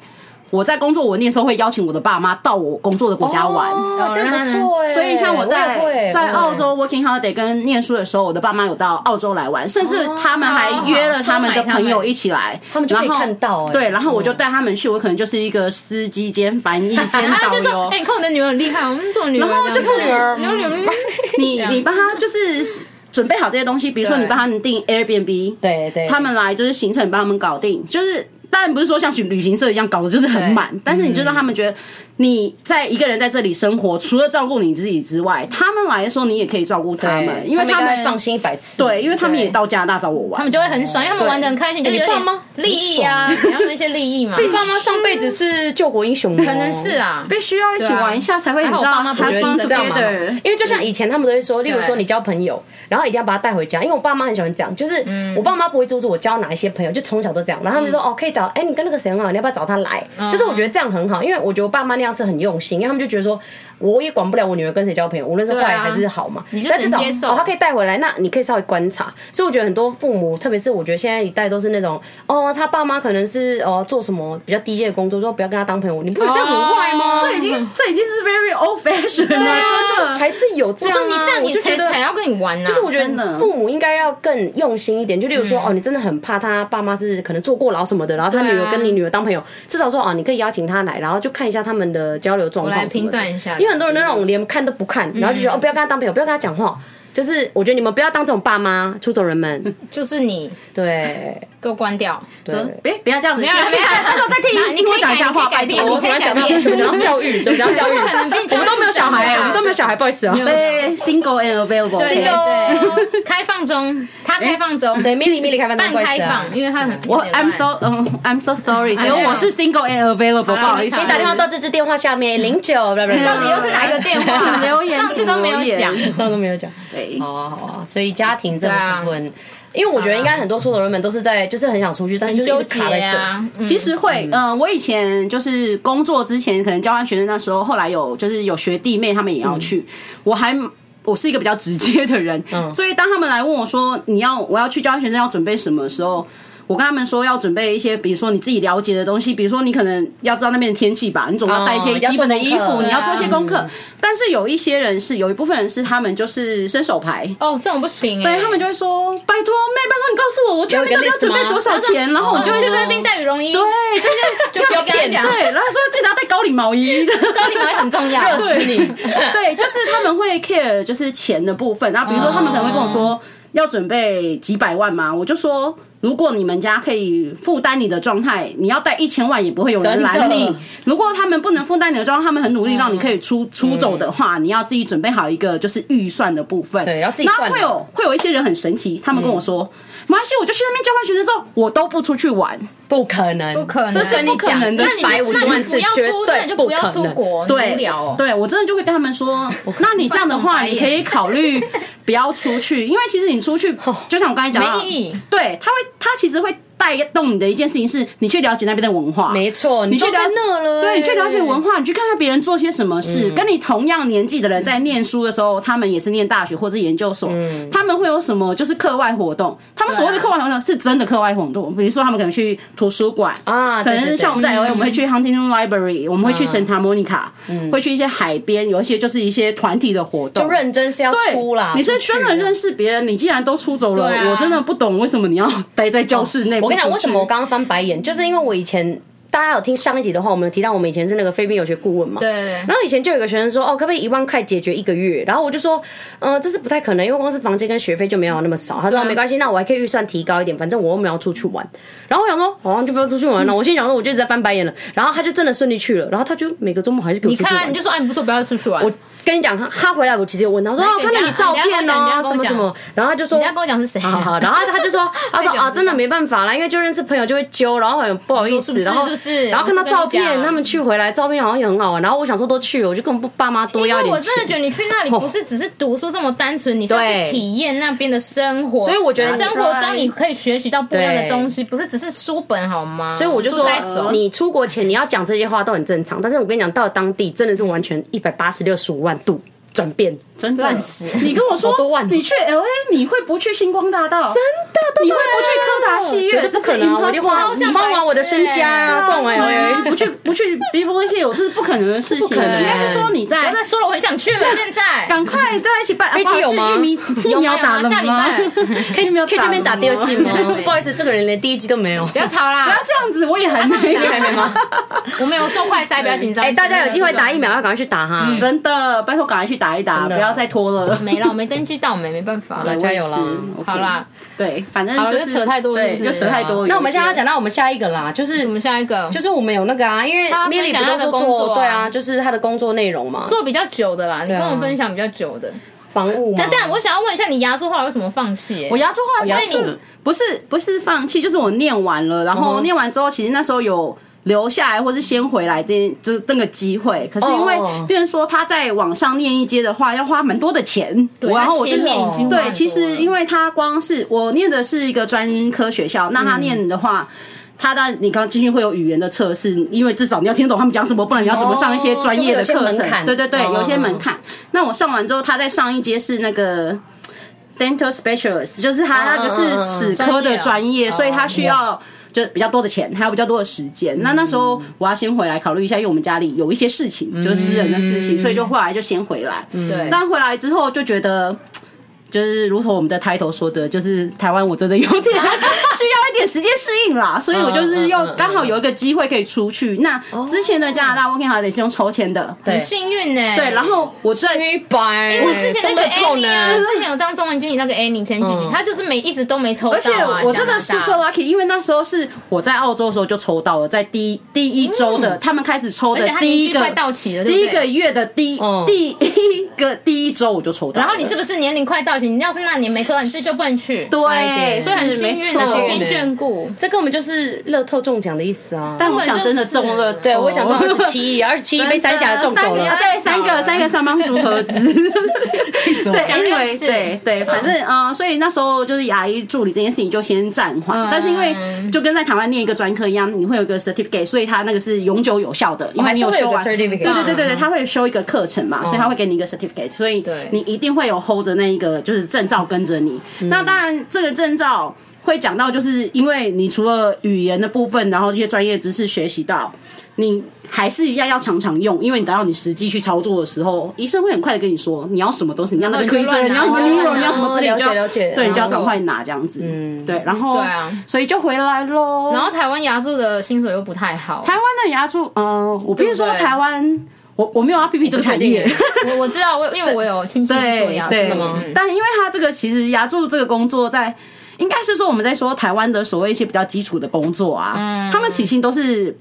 S3: 我在工作我那时候会邀请我的爸妈到我工作的国家玩。
S1: 哦，这样不错哎。
S3: 所以，像我在
S1: 我也会
S3: 在澳洲 working holiday 跟念书的时候，我的爸妈有到澳洲来玩，甚至他们还约
S1: 哦
S3: 了他们的朋友一起来，
S1: 他们就可以
S3: 然后
S1: 看到哎
S3: 对，然后我就带他们去，我可能就是一个司机兼翻译
S1: *laughs*
S3: 兼
S2: 然后
S3: 导
S2: 就说
S3: 游：“
S2: 哎、，你看我的女儿很厉害，我们这种女儿这
S3: 然
S2: 样
S3: 后
S2: 子，
S3: 就是
S2: 女儿，然后女儿，嗯
S3: 你你帮他就是准备好这些东西，比如说
S2: 对
S3: 你帮他们订 Airbnb，
S1: 对对，
S3: 他们来就是行程帮他们搞定，就是当然不是说像旅旅行社一样搞的就是很满，但是你就让他们觉得你在一个人在这里生活，除了照顾你自己之外，他们来的时候你也可以照顾他
S1: 对
S3: 们，因为
S1: 他
S3: 他
S1: 应该
S3: 们
S1: 放心一百次，
S3: 对，因为他们
S2: 对
S3: 也到加拿大找我
S2: 他
S3: 玩
S2: 们。就会很爽，因为他们玩的很开心，就
S1: 哎
S2: 有
S1: 你爸
S2: 点
S1: 妈
S2: 利益啊，给他们一些利益嘛。
S1: 爸妈上辈子是救国英雄哦，
S2: 可
S1: 可
S2: 能是啊，
S3: 必须要一起
S2: 对啊
S3: 玩一下才会，你
S2: 还好
S3: 知道
S2: 我爸妈不
S1: 我觉
S3: have
S1: 得
S3: fun
S1: 是这样嘛
S3: together。
S1: 因为就像以前他们都会说，例如说你交朋友，
S2: 嗯
S1: 然后一定要把他带回家，因为我爸妈很喜欢这样，就是我爸妈不会阻止我交哪一些朋友，就从小都这样。然后他
S2: 嗯
S1: 们就说哦，可以找，哎，你跟那个谁很好，你要不要找他来？就是我觉得这样很好，因为我觉得我爸妈那样是很用心，因为他们就觉得说我也管不了我女儿跟谁交朋友，无论是坏还是好嘛
S2: 对啊你，就
S1: 但至
S2: 只
S1: 少
S2: 能接受
S1: 哦，他可以带回来，那你可以稍微观察。所以我觉得很多父母，特别是我觉得现在一代都是那种哦，他爸妈可能是哦做什么比较低阶的工作，说不要跟他当朋友，你不觉得这样很坏吗？
S2: 哦
S3: 这已经这已经是 very old fashion 了，
S2: 啊
S3: 真的。
S1: 还是有这
S2: 我
S1: 样、啊。
S2: 说你这样，
S1: 我
S2: 你
S1: 就觉
S2: 才
S1: 得
S2: 才要跟你玩呢、啊。
S1: 就是我觉
S3: 真
S1: 得
S3: 的
S1: 父母应该要更用心一点，就例如说，哦，你真的很怕他爸妈是可能坐过牢什么的，然后他
S2: 对啊
S1: 女儿跟你女儿当朋友，至少说哦，你可以邀请他来，然后就看一下他们的交流状
S2: 我
S1: 况
S2: 来
S1: 什么
S2: 评
S1: 的。
S2: 断一下，
S1: 因为很多人那种连看都不看，然后就觉得、哦，不要跟他当朋友，不要跟他讲话。就是我觉得你们不要当这种爸妈，出走人 *laughs* 们。
S2: 就是你
S1: 对
S2: 给我关掉，
S1: 对，
S3: 别嗯不要这样子，
S2: 没有啦
S3: 可以
S2: 没有啦
S3: 看到再
S2: 那
S3: 听
S2: 你
S3: 听
S2: 可
S3: 我
S2: 以
S3: 讲一
S2: 改
S3: 下
S2: 你
S3: 话，
S2: 可以改
S3: 拜
S2: 变
S1: 我
S3: 托
S1: 们。突然讲到，啊怎么讲到教育？怎么讲到教育？
S2: 不可能变
S1: 我们都没有小孩啊，我们都没有小孩，不好意思啊。
S3: 对，single and available。
S2: 对
S1: *laughs*
S2: 对，开放中，他开放中，
S1: 哎对，米莉米莉开饭
S2: 半
S1: 不好意
S2: 开
S1: 思啊。
S2: 放，因为他很
S3: 我
S2: 有点
S3: I'm
S2: 乱
S3: so 嗯、I'm so sorry，只
S2: 哎
S3: 有
S2: 呀
S3: 我是 single and available，不好意思
S1: 请。打电话到这支电话下面零九，到
S2: 到底又是哪一个电
S1: *laughs*
S2: 话？
S3: 请留言
S2: 上次都没有讲。
S3: 请
S1: 都没有讲。
S3: 对，
S1: 好啊，好啊，所以家庭这
S2: 对啊
S1: 部分，因为我觉得应该很多出走人们都是在，就是很想出去，但是就是
S2: 纠
S1: 一直
S2: 结
S1: 卡在这。
S2: 啊，嗯
S3: 其实会，嗯、我以前就是工作之前，可能交换学生那时候，后来有就是有学弟妹他们也要去，我还。我是一个比较直接的人，所以当他们来问我说你要我要去交换学生要准备什么的时候，我跟他们说要准备一些，比如说你自己了解的东西，比如说你可能要知道那边的天气吧，你总要带一些
S1: 哦要做
S3: 基本的衣
S1: 功
S3: 服，
S1: 课
S3: 你要做一些功
S1: 对啊
S3: 课。但是有一些人是，有一部分人是他们就是伸手牌，
S2: 哦，这种不行哎、
S3: 对他们就会说：“拜托，妹，拜托你告诉我，我去那边到底要准备多少钱？”然后我就会
S2: 去
S3: 这
S2: 菲律
S3: 边
S2: 宾哦带羽绒衣，
S3: 对，就是
S2: 就不要跟他
S1: 变
S2: 讲，
S3: 对，然后说记得要带高领毛衣。
S2: 道理蛮很重要。
S1: 热死你！
S3: *laughs*
S2: *laughs*
S3: 对，就是他们会 care 就是钱的部分，然后比如说他们可能会跟我
S1: 哦
S3: 说要准备几百万嘛，我就说如果你们家可以负担你的状态，你要带一千万也不会有人拦
S1: 真
S3: 你
S1: 的。嗯
S3: 如果他们不能负担你的状态，他们很努力让你可以出出走的话，你要自己准备好一个就是预算的部分。
S1: 对要自己
S3: 然
S1: 算
S3: 后
S1: 的嗯
S3: 会有会有一些人很神奇，他们跟我说，没关系，我就去那边交换学生之后，我都不出去玩。
S1: 不可能，
S2: 不可能
S1: 这是你
S3: 不可
S1: 讲
S3: 能
S1: 的
S3: 的
S1: 一百五十万次，
S2: 哎那
S1: 绝
S2: 你不要出，真的
S1: 对
S2: 就不要
S1: 可
S2: 出
S1: 能。
S2: 国，你
S3: 对，
S2: 无聊哦。
S3: 对我真的就会跟他
S2: *laughs*
S3: 们说，那你这样的话，
S2: 翻什么白眼
S3: 你可以
S2: *laughs*
S3: 考虑不要出去，因为其实你出去，就像我刚才讲到
S2: 没意义，
S3: 对，他会，他其实会带动你的一件事情是，你去了解那边的文化。
S1: 没错，你
S3: 你
S1: 就
S3: 去
S1: 在
S3: 了解
S1: 那了、欸嗯
S3: 对，你去了解文
S1: 化，
S3: 化，你去看看别人做些什么事，跟你同样年纪的人在念书的时候，他们也是念大学或是研究所，
S1: 嗯
S3: 他们会有什么就是课外活动？他
S1: 啊
S3: 们所谓的课外活动是真的课外活动，比如说他们可能去图书馆
S1: 啊
S3: 可
S1: 对对嗯
S3: 能是像我们在 LA，我们会去 Huntington Library，我们会去 Santa Monica，会去一些海边，有一些就是一些团体的活动，
S1: 就认真是要
S3: 对
S1: 出啦。
S3: 你是
S1: 出去
S3: 真的认识别人，你既然都出走了，
S2: 对啊
S3: 我真的不懂为什么你要待在教室内。
S1: 哦我跟你讲，
S3: 不
S1: 为
S3: 出去
S1: 什么我刚刚翻白眼，就是因为我以前大家有听上一集的话，我们有提到我们以前是那个菲律宾游学顾问嘛。
S2: 对对对
S1: 然后以前就有一个学生说，哦，可不可以一万块解决一个月？然后我就说，嗯、这是不太可能，因为光是房间跟学费就没有那么少。他说、
S2: 对啊
S1: 没关系，那我还可以预算提高一点，反正我又没有要出去玩。然后我想说，哦，就不要出去玩了。我心想说，我就一直在翻白眼了。然后他就真的顺利去了，然后他就每个周末还是跟我
S2: 你
S1: 出去
S2: 看啊，
S1: 玩
S2: 你。就说哎，你不是说不要出去玩，
S1: 我跟你讲，他他回来我其实有问他，我说
S2: 来
S1: 哦，看到
S2: 等一
S1: 你
S2: 下
S1: 照片
S2: 你
S1: 哦，
S2: 要跟我讲你要跟
S1: 什
S2: 我
S1: 么
S2: 讲
S1: 什么，然后他就说
S2: 你要跟我讲是谁
S1: *laughs*
S2: 啊？
S1: 好好，然后他
S2: *laughs*
S1: 就说，他说
S2: 太久
S1: 啊，
S2: 不
S1: 真的没办法啦，因为就认识朋友就会揪，然后很不好意
S2: 哦是
S1: 思
S2: 不，是
S1: 然后
S2: 是不是
S1: 然后看到照
S2: 我是跟你
S1: 片，
S2: 讲
S1: 他们去回来，照片好像也很好玩，啊然后我想说都去了，我就跟我爸妈多
S2: 因
S1: 要一
S2: 为我
S1: 点
S2: 真的觉
S1: 钱。
S2: 得你去那里不是只是读书这么单纯，你是要
S1: 对
S2: 去体验那边的生活。
S1: 所以我觉得
S2: 生活中你可以学习到不一样的
S1: 对
S2: 东西，不是只是书本好吗？
S1: 所以我就
S2: 书哦
S1: 说
S2: 该走，，
S1: 你出国前你要讲这些话都很正常，但是我跟你讲，到了当地真的是完全一百八十六十五万度转变，
S3: 真的
S2: 乱死
S3: 你跟我说
S1: 好多万
S3: 你去 L A，你会不去星光大道？真
S1: 的都
S3: 你会不去柯达西
S1: 绝
S3: 院？
S1: 对
S3: 这
S1: 不
S3: 是
S1: 可能啊！我
S3: impossible
S1: 就花
S2: 像欸
S1: 花完我的身家
S2: 哦
S1: 啊，
S3: 对啊
S1: 逛完
S3: 对
S2: 嗯
S3: 啊
S1: LA，
S3: 不去不去 Beverly Hill，这是不可能的事情。
S1: 不可能
S3: 应该是说你
S2: 不要
S3: 在
S2: 再说了，我很想去
S1: *laughs*
S2: 了。现在
S3: 赶快在一起办。
S1: 飞机
S3: 啊不好
S1: 有吗
S3: 意思疫苗疫
S2: 有吗
S3: 苗打了
S2: 有吗下礼
S3: 吗？ *laughs*
S2: 拜
S1: 可以
S3: 没有
S1: 可以这边打
S3: 打吗
S1: 第二季吗
S2: 没有没？有
S1: 不好意思，这个人连第一季都
S2: *laughs*
S1: 没有。
S2: 不要吵啦
S3: 不要，这样子，我也还没有
S1: 你还没
S2: *laughs*
S1: 吗？
S2: 啊我们有做快筛，不要紧张。
S1: 哎、大家有机会打疫苗要赶快去打哈。
S3: 真的，拜托赶快去打一打，
S1: 的
S3: 不要再拖了。
S2: 没了，我没登记到，我们没办法。
S1: 了加油啦
S3: 我也是
S2: 好啦，
S3: OK 对，反正
S2: 好了
S3: 就
S2: 就扯太多了
S3: 对
S2: 是
S3: 就
S2: 不是
S3: 扯太多。
S1: 啊那我们现在要讲到我们下一个啦，就是
S2: 我们下一个
S1: 就是我们有那个啊，因为
S2: 他
S1: m i
S2: 分
S1: l 不都
S2: 享他
S1: 是
S2: 的工作
S1: 做
S2: 啊
S1: 对啊，就是他的工作内容嘛，
S2: 做比较久的啦，你跟
S1: 啊
S2: 我分享比较久的。
S1: 房务嘛
S2: 但。但我想要问一下，你牙珠后来为什么放弃？
S3: 我牙珠后来
S2: 牙
S3: 发
S2: 柱
S3: 现不是不是放弃，就是我念完了，
S1: 嗯
S3: 然后念完之后，其实那时候有。留下来或是先回来这件就是那个机会，可是因为
S1: 哦哦哦
S3: 别人说他在网上念一阶的话，要花蛮多的钱，
S2: 对
S3: 然
S2: 他
S3: 后我就
S2: 前面已经花很多
S3: 对，
S2: 了
S3: 其实因为他光是我念的是一个专科学
S1: 嗯
S3: 校，那他念的话。他当然，你刚进去会有语言的测试，因为至少你要听懂他们讲什么，不然你要怎么上一些专业的
S1: 哦就
S3: 课
S1: 会有一些门
S3: 程？
S1: 槛
S3: 对对对，
S1: 嗯
S3: 有一些门槛。那我上完之后，他在上一阶是那个 dental specialist，就是他他
S1: 嗯嗯
S3: 就
S1: 嗯
S3: 是
S1: 嗯啊
S3: 齿科的专业，所以他需
S1: 哦
S3: 要就比较多的钱，还有比较多的时间。那那
S1: 嗯
S3: 时候我要先回来考虑一下，因为我们家里有一些事情，就是私人的事情，所以就后来就先回来。
S1: 嗯
S2: 对，
S3: 但回来之后就觉得。就是如同我们的 title 说的，就是台湾我真的有点 *laughs* 需要一点时间适
S1: *laughs*
S3: 应啦，所以我就是
S1: 嗯嗯
S3: 又
S1: 嗯
S3: 刚好有一个机会可以出去。那之前的加拿大 working holiday 是用抽签的，
S1: 对
S2: 很幸运呢。
S3: 对，然后我在
S1: 一百，
S2: 因为之前
S1: 真
S2: 那
S1: 的
S2: 个
S1: 痛
S2: Annie
S3: *laughs*
S2: 啊，
S1: 呢。
S2: 之前有当中文经理那个 Annie 前几集
S1: 嗯，
S2: 她就是没一直都没抽到啊。
S3: 而且我真
S2: 加
S3: 的
S2: 拿
S3: super
S2: 大
S3: lucky，因为那时候是我在澳洲的时候就抽到了，在第一第一周的、他们开始抽
S2: 嗯而
S3: 的
S2: 且她
S3: 第
S2: 年
S3: 一
S2: 纪
S3: 个
S2: 快到期了，对
S3: 第一
S2: 不
S3: 个
S2: 对？
S3: 月的第、
S1: 嗯
S3: 第一个第一周我就抽到
S2: 然
S3: 了，
S2: 后你是不是年龄快到期？你要是那年没抽到，你这就不能
S1: 差
S2: 去。
S1: 一
S3: 对，
S1: 点
S2: 所以很
S3: 是
S2: 幸
S3: 没
S2: 运
S3: 错嗯
S2: 啊，
S1: 运
S2: 天
S1: 的
S2: 眷顾。
S1: 这根本就是乐透中奖的意思啊！
S3: 但我想真的中
S2: 哦
S3: 了，
S1: 对，我想中二十七
S2: *laughs*
S1: 亿，二十七
S2: 啊
S1: 亿被三峡中走
S3: 三
S1: 了
S3: 个。对，三个三个上班族合资，
S1: *laughs*
S3: 对
S2: 想认
S3: ，anyway，
S2: 识
S3: 对
S1: 嗯
S3: 对，反正呃，所以那时候就是牙医助理这件事情就先暂缓，
S1: 嗯
S3: 但是因为就跟在台湾念一个专科一样，你会有一个 certificate，所以它那个是永久有效的，因为你有修完，
S1: 哦还是会
S3: 对
S1: 有一
S3: 对
S1: 个 certificate 嗯
S3: 对对对，他会修一个课程嘛，
S1: 哦
S3: 所以他会给你一个 certificate，所以
S2: 对
S3: 你一定会有 hold 着那一个就是证照跟着你。
S1: 嗯
S3: 那当然，这个证照。会讲到，就是因为你除了语言的部分，然后这些专业知识学习到，你还是一样要常常用，因为你等到你实际去操作的时候，医生会很快的跟你说你要什么东西，你要那个
S2: 然后你就
S3: creaser，
S2: 乱
S3: 你
S2: 拿
S3: 要什么
S2: 然后
S3: mirror，
S2: 乱拿
S3: 你要什么之类，
S1: 哦
S3: 你就要
S1: 了解了解
S3: 对，你就要
S2: 没错
S3: 赶快拿这样子，嗯，对，然后
S2: 对啊
S3: 所以就回来喽。
S2: 然后台湾牙柱的薪水又不太好，
S3: 台湾的牙柱，嗯，我必须说
S2: 对不对
S3: 台湾，我我没有要批评这个产业
S1: 我不确。定
S2: 我我知道，我因为我有亲戚是做
S3: 对
S2: 牙柱
S3: 对
S2: 的嗯
S1: 吗
S2: 嘛，
S3: 但因为他这个其实牙柱这个工作在。应该是说我们在说台湾的所谓一些比较基础的工作啊，
S2: 嗯
S3: 他们起薪都是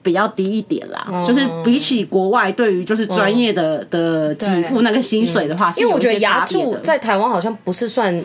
S3: 比较低一点啦，
S2: 哦
S3: 就是比起国外对于就是专业的、的给付那个薪水的
S2: 嗯
S3: 话，
S1: *laughs*
S3: 是
S1: 因为我觉
S3: 有
S1: 得
S3: 一些
S1: 牙
S3: 差别
S1: 柱
S3: 的
S1: 在台湾好像不是算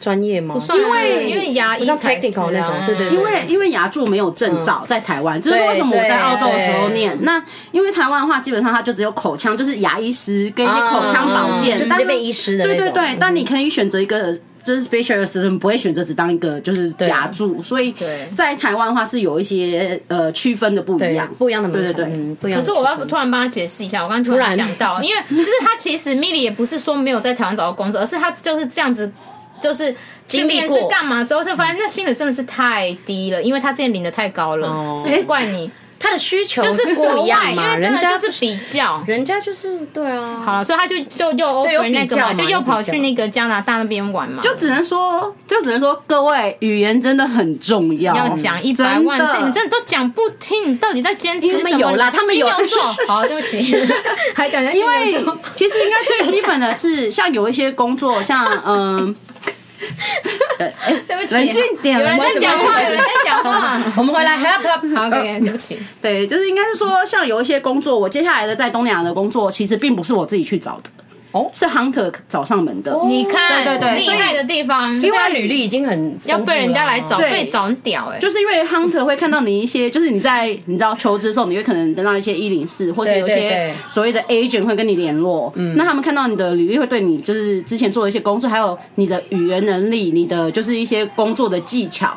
S1: 专业吗？
S2: 算啊
S3: 因为
S2: 因为牙医
S1: 像
S2: 才是
S1: technical
S2: 啊
S1: 那种对对对
S3: 因为因为牙柱没有证照，在台湾，这是为什么我在澳洲的时候念。那因为台湾的话，基本上它就只有口腔，就是牙医师跟一些口腔保健，
S1: 就直
S3: 但
S1: 接
S3: 是
S1: 变医师的那
S3: 对
S1: 种。
S3: 对对，但你可以选择一个就是 specialist 不会选择只当一个就是牙柱，所以
S2: 对
S3: 在台湾的话是有一些呃区分的不一
S1: 对
S3: 样，，
S1: 不一样的门槛，
S3: 对对对
S1: 嗯，不一样的
S2: 可是
S1: 区分。
S2: 我要突然帮他解释一下，我刚刚突然
S1: 突然
S2: 想到，因为就是他其实 Milly 也不是说没有在台湾找到工作，而是他就是这样子，就是
S1: 经历过
S2: 去面试干嘛之后，就发现那薪水真的是太低了，因为他之前领的太高了，
S1: 哦
S2: 是不是
S1: *laughs*
S2: 怪你？
S1: 他的需求
S2: 就是
S1: 不
S2: 国
S1: 一
S2: 外，
S1: 样
S2: 因
S1: 嘛，
S2: 为真
S1: 人
S2: 的
S1: 家
S2: 就是比较。
S1: 人家就是对啊，
S2: 好了，所以他就就又
S1: 对有
S2: over
S1: 比
S2: 那个嘛，
S1: 较嘛
S2: 就又跑
S1: 有
S2: 去
S1: 比较
S2: 那个加拿大那边玩嘛，
S3: 就只能说就只能说各位语言真的很重要，
S1: 哦
S2: 要讲一百万
S3: 真的
S2: 次，你真的都讲不听，你到底在坚持
S1: 因为他
S2: 什
S1: 们
S2: 么？
S1: 有啦他们有
S2: 金牛
S1: *laughs*
S2: 座，好，对不起，还讲一下金
S3: 因为
S2: 牛座，
S3: 其实应该最基本的是，像有一些工作，像嗯，
S2: 对
S1: *laughs*
S2: 不起，
S3: 冷静点
S2: 啊有人在讲话，
S1: 为什么
S2: 有人在讲
S3: *laughs*
S2: 话。
S1: *laughs* 我们回来 help help，
S2: 好，OK，对不
S3: 呃
S2: 起，
S3: 对，就是应该是说，像有一些工作，我接下来的在东南亚的工作，其实并不是我自己去找的，
S1: 哦
S3: 是 Hunter 找上门的。
S2: 你看，
S3: 对对对
S2: 厉害的地方
S1: 因为履历已经很
S2: 要被人家来找，
S3: 对
S2: 被找很屌哎，
S3: 就是因为 Hunter 会看到你一些，就是你在你知道求职的时候，你会可能登到一些一零四，或是
S1: 对
S3: 有一
S1: 对
S3: 些
S1: 对嗯
S3: 所谓的 agent 会跟你联络。那他们看到你的履历，会对你就是之前做的一些工作，还有你的语言能力，你的就是一些工作的技巧。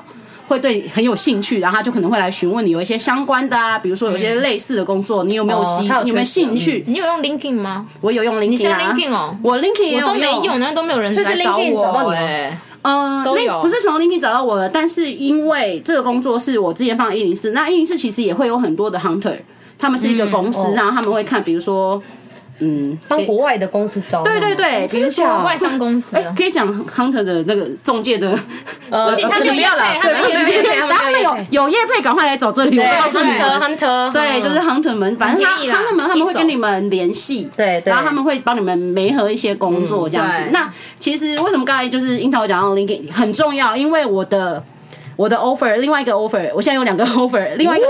S3: 会对你很有兴趣，然后他就可能会来询问你有一些相关的啊，比如说有些类似的工作，你有没
S1: 嗯
S3: 有
S1: 哦
S3: 兴、
S1: 他有
S3: 你有没有
S1: 缺
S3: 兴
S1: 点
S3: 趣？
S2: 你有用 LinkedIn 吗？
S3: 我有用 LinkedIn 啊，
S2: 是用 LinkedIn 哦
S3: 我 LinkedIn 也
S2: 我
S3: 有
S2: 都没用，然后都没有人来找
S1: 所以是 LinkedIn 找到
S2: 我
S1: 你吗
S2: 哎，
S3: 呃，
S2: 都
S3: Link-
S2: 有
S3: 不是从 LinkedIn 找到我的，但是因为这个工作是我之前放一零四，那一零四其实也会有很多的 hunter，他们是一个公
S2: 嗯
S3: 司，
S1: 哦
S3: 然后他们会看，比如说，嗯，
S1: 帮国外的公司招，
S3: 对对，
S2: 哦
S3: 对，比如讲
S2: 外商公司
S3: 哎，可以讲 hunter 的那个中介的，
S1: 呃，
S3: 不是
S1: 他
S2: 们
S1: 们不要了，
S2: 哦他们
S1: 对
S2: 有业配
S1: 他们
S3: 他们
S1: 没有
S3: 有
S1: 业配
S3: 有业配，赶快来找这里，我告诉你
S2: 对
S3: 们。
S1: hunter hunter，
S3: 对，就是 hunter 们，反正
S2: 哦
S3: 他
S2: 很便宜啦
S3: hunter 们他们会
S2: 一手
S3: 跟你们联系，
S1: 对对
S3: 然后他们会帮你们媒合一些工作这样子
S2: 嗯对。
S3: 那其实为什么刚才就是樱桃讲到 LinkedIn 很重要，因为我的我的 offer 另外一个 offer，我现在有两个 *laughs* offer，另外一个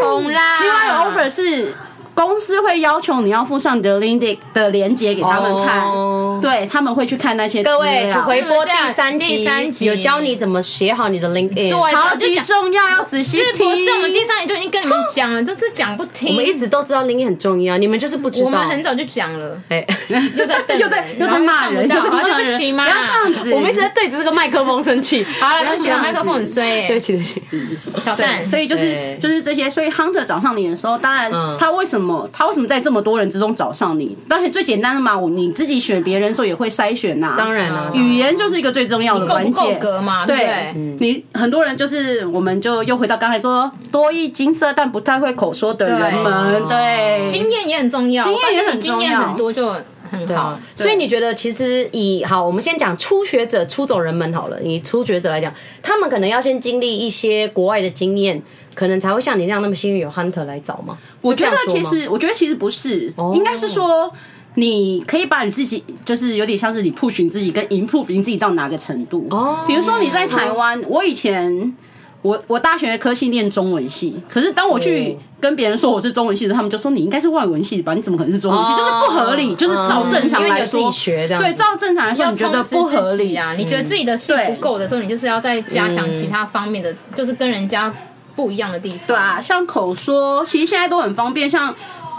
S2: 红啦，
S3: 另外一个 offer 是。公司会要求你要附上你的 LinkedIn 的连接给他们看
S1: 哦
S3: 对他们会去看那些
S1: 各
S3: 资
S1: 位
S3: 料
S1: 回播第三
S2: 是不是第三集
S1: 集，有教你怎么写好你的 LinkedIn，
S2: 对
S3: 超级重要，要仔细
S2: 是
S3: 听。
S2: 不是我们第三集就已经跟你们讲了，就是讲不听，
S1: 我们一直都知道 LinkedIn 很重要，你们就是不知道，
S2: 我们很早就讲了，
S1: 哎。
S2: 又在瞪人
S3: 又在又在骂人，
S2: 然
S3: 又
S2: 后看
S3: 在
S2: 不
S3: 骂
S2: 到啊
S3: 人，
S2: 对不起嘛，
S3: 不要这样子，
S1: 我们一直在对着这个麦克风生气。
S2: 好了，对不起，麦克风很衰
S1: 对不
S2: 哎，
S1: 起，对不起，
S2: 小蛋，
S3: 对，所以就是
S1: 对
S3: 就是这些，所以 hunter 找上你的时候，当然
S1: 嗯
S3: 他为什么、他为什么在这么多人之中找上你？当然最简单的嘛，我你自己选别人的时候也会筛选呐、
S1: 当然啊了，
S3: 语言就是一个最重要的
S2: 够不
S3: 关
S2: 够
S3: 键。
S2: 格嘛，对不对
S3: 对？
S1: 嗯
S3: 你很多人就是，我们就又回到刚才说多艺金色但不太会口说的人们，对，
S2: 经验也很重要，
S3: 经验也很
S2: 经
S3: 重要
S2: 验很多就很好。
S1: 哦
S3: 嗯
S1: 所以你觉得，其实以好，我们先讲初学者、出走人们好了。以初学者来讲，他们可能要先经历一些国外的经验，可能才会像你那样那么幸运有 hunter 来找嘛。
S3: 我
S1: 是这
S3: 觉
S1: 样
S3: 得
S1: 说
S3: 其
S1: 吗哦
S3: 实，我觉得其实不是，应该是说。你可以把你自己，就是有点像是你 push 你自己跟 improve 你自己到哪个程度。
S1: 哦
S3: 比如说你在台湾，我以前我我大学的科系念中文系，可是当我去
S1: 哦
S3: 跟别人说我是中文系的，他们就说你应该是外文系吧？你怎么可能是中文系？
S1: 哦
S3: 就是不合理，就是照正常来
S1: 因为
S3: 说，
S1: 你有自己学这样子
S3: 对，照正常来说你觉得不
S2: 充实
S3: 合
S2: 自己
S3: 理
S2: 啊！你觉得自己的性
S3: 对
S2: 不够的时候，你就是要再加强其他方面的，就是跟人家不一样的地方。
S3: 对啊，像口说，其实现在都很方便，像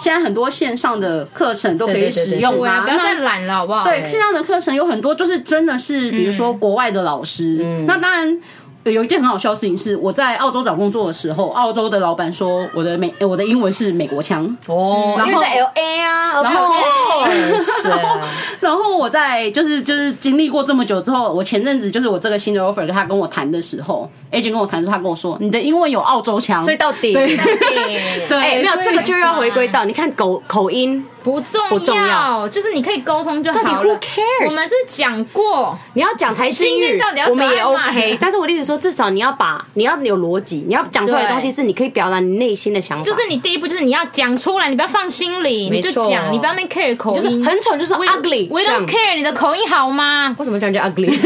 S3: 现在很多线上的课程都可以
S1: 对对对
S3: 使
S1: 对
S3: 用
S2: 对啊，
S3: 啊。
S2: 不要再
S3: 那
S2: 懒了，好不好？
S3: 对，线上的课程有很多，就是真的是，比如说国外的老师。那当然。有一件很好笑的事情是，我在澳洲找工作的时候，澳洲的老板说我的美呃 *laughs* 我的英文是美国腔，
S1: 哦，因
S3: 嗯然后
S1: 为在 L A 啊，然
S3: 后哦
S1: 是啊，
S3: 然后我在就是就是经历过这么久之后，我前阵子就是我这个新的 offer 他跟我谈的时候，agent 跟我谈的时候，他跟我说你的英文有澳洲腔，
S1: 所以到底。
S3: *laughs* 对
S2: 对
S3: 对，
S1: 哎，没有
S3: 所以嗯
S1: 这个就要回归到你看口口音，
S2: 不重
S1: 不重要
S2: 就是你可以沟通就好
S1: 到底
S2: 了。
S1: who cares？
S2: 我们是讲过，
S1: 你要讲台式英
S2: 今天
S1: 语
S2: 到底要，
S1: 我们也
S2: 怎么骂
S1: OK。但是我的意思说，至少你要把你要有逻辑，你要讲出来的
S2: 对
S1: 东西是你可以表达你内心的想法，
S2: 就是你第一步就是你要讲出来，你不要放心里，你
S1: 没
S2: 就
S1: 错
S2: 讲，你不要没 care 口
S1: 就是
S2: 音。
S1: 很丑，就是 ugly。
S2: We
S1: 这样
S2: don't care 你的口音好吗？
S1: 为什么叫人家 ugly？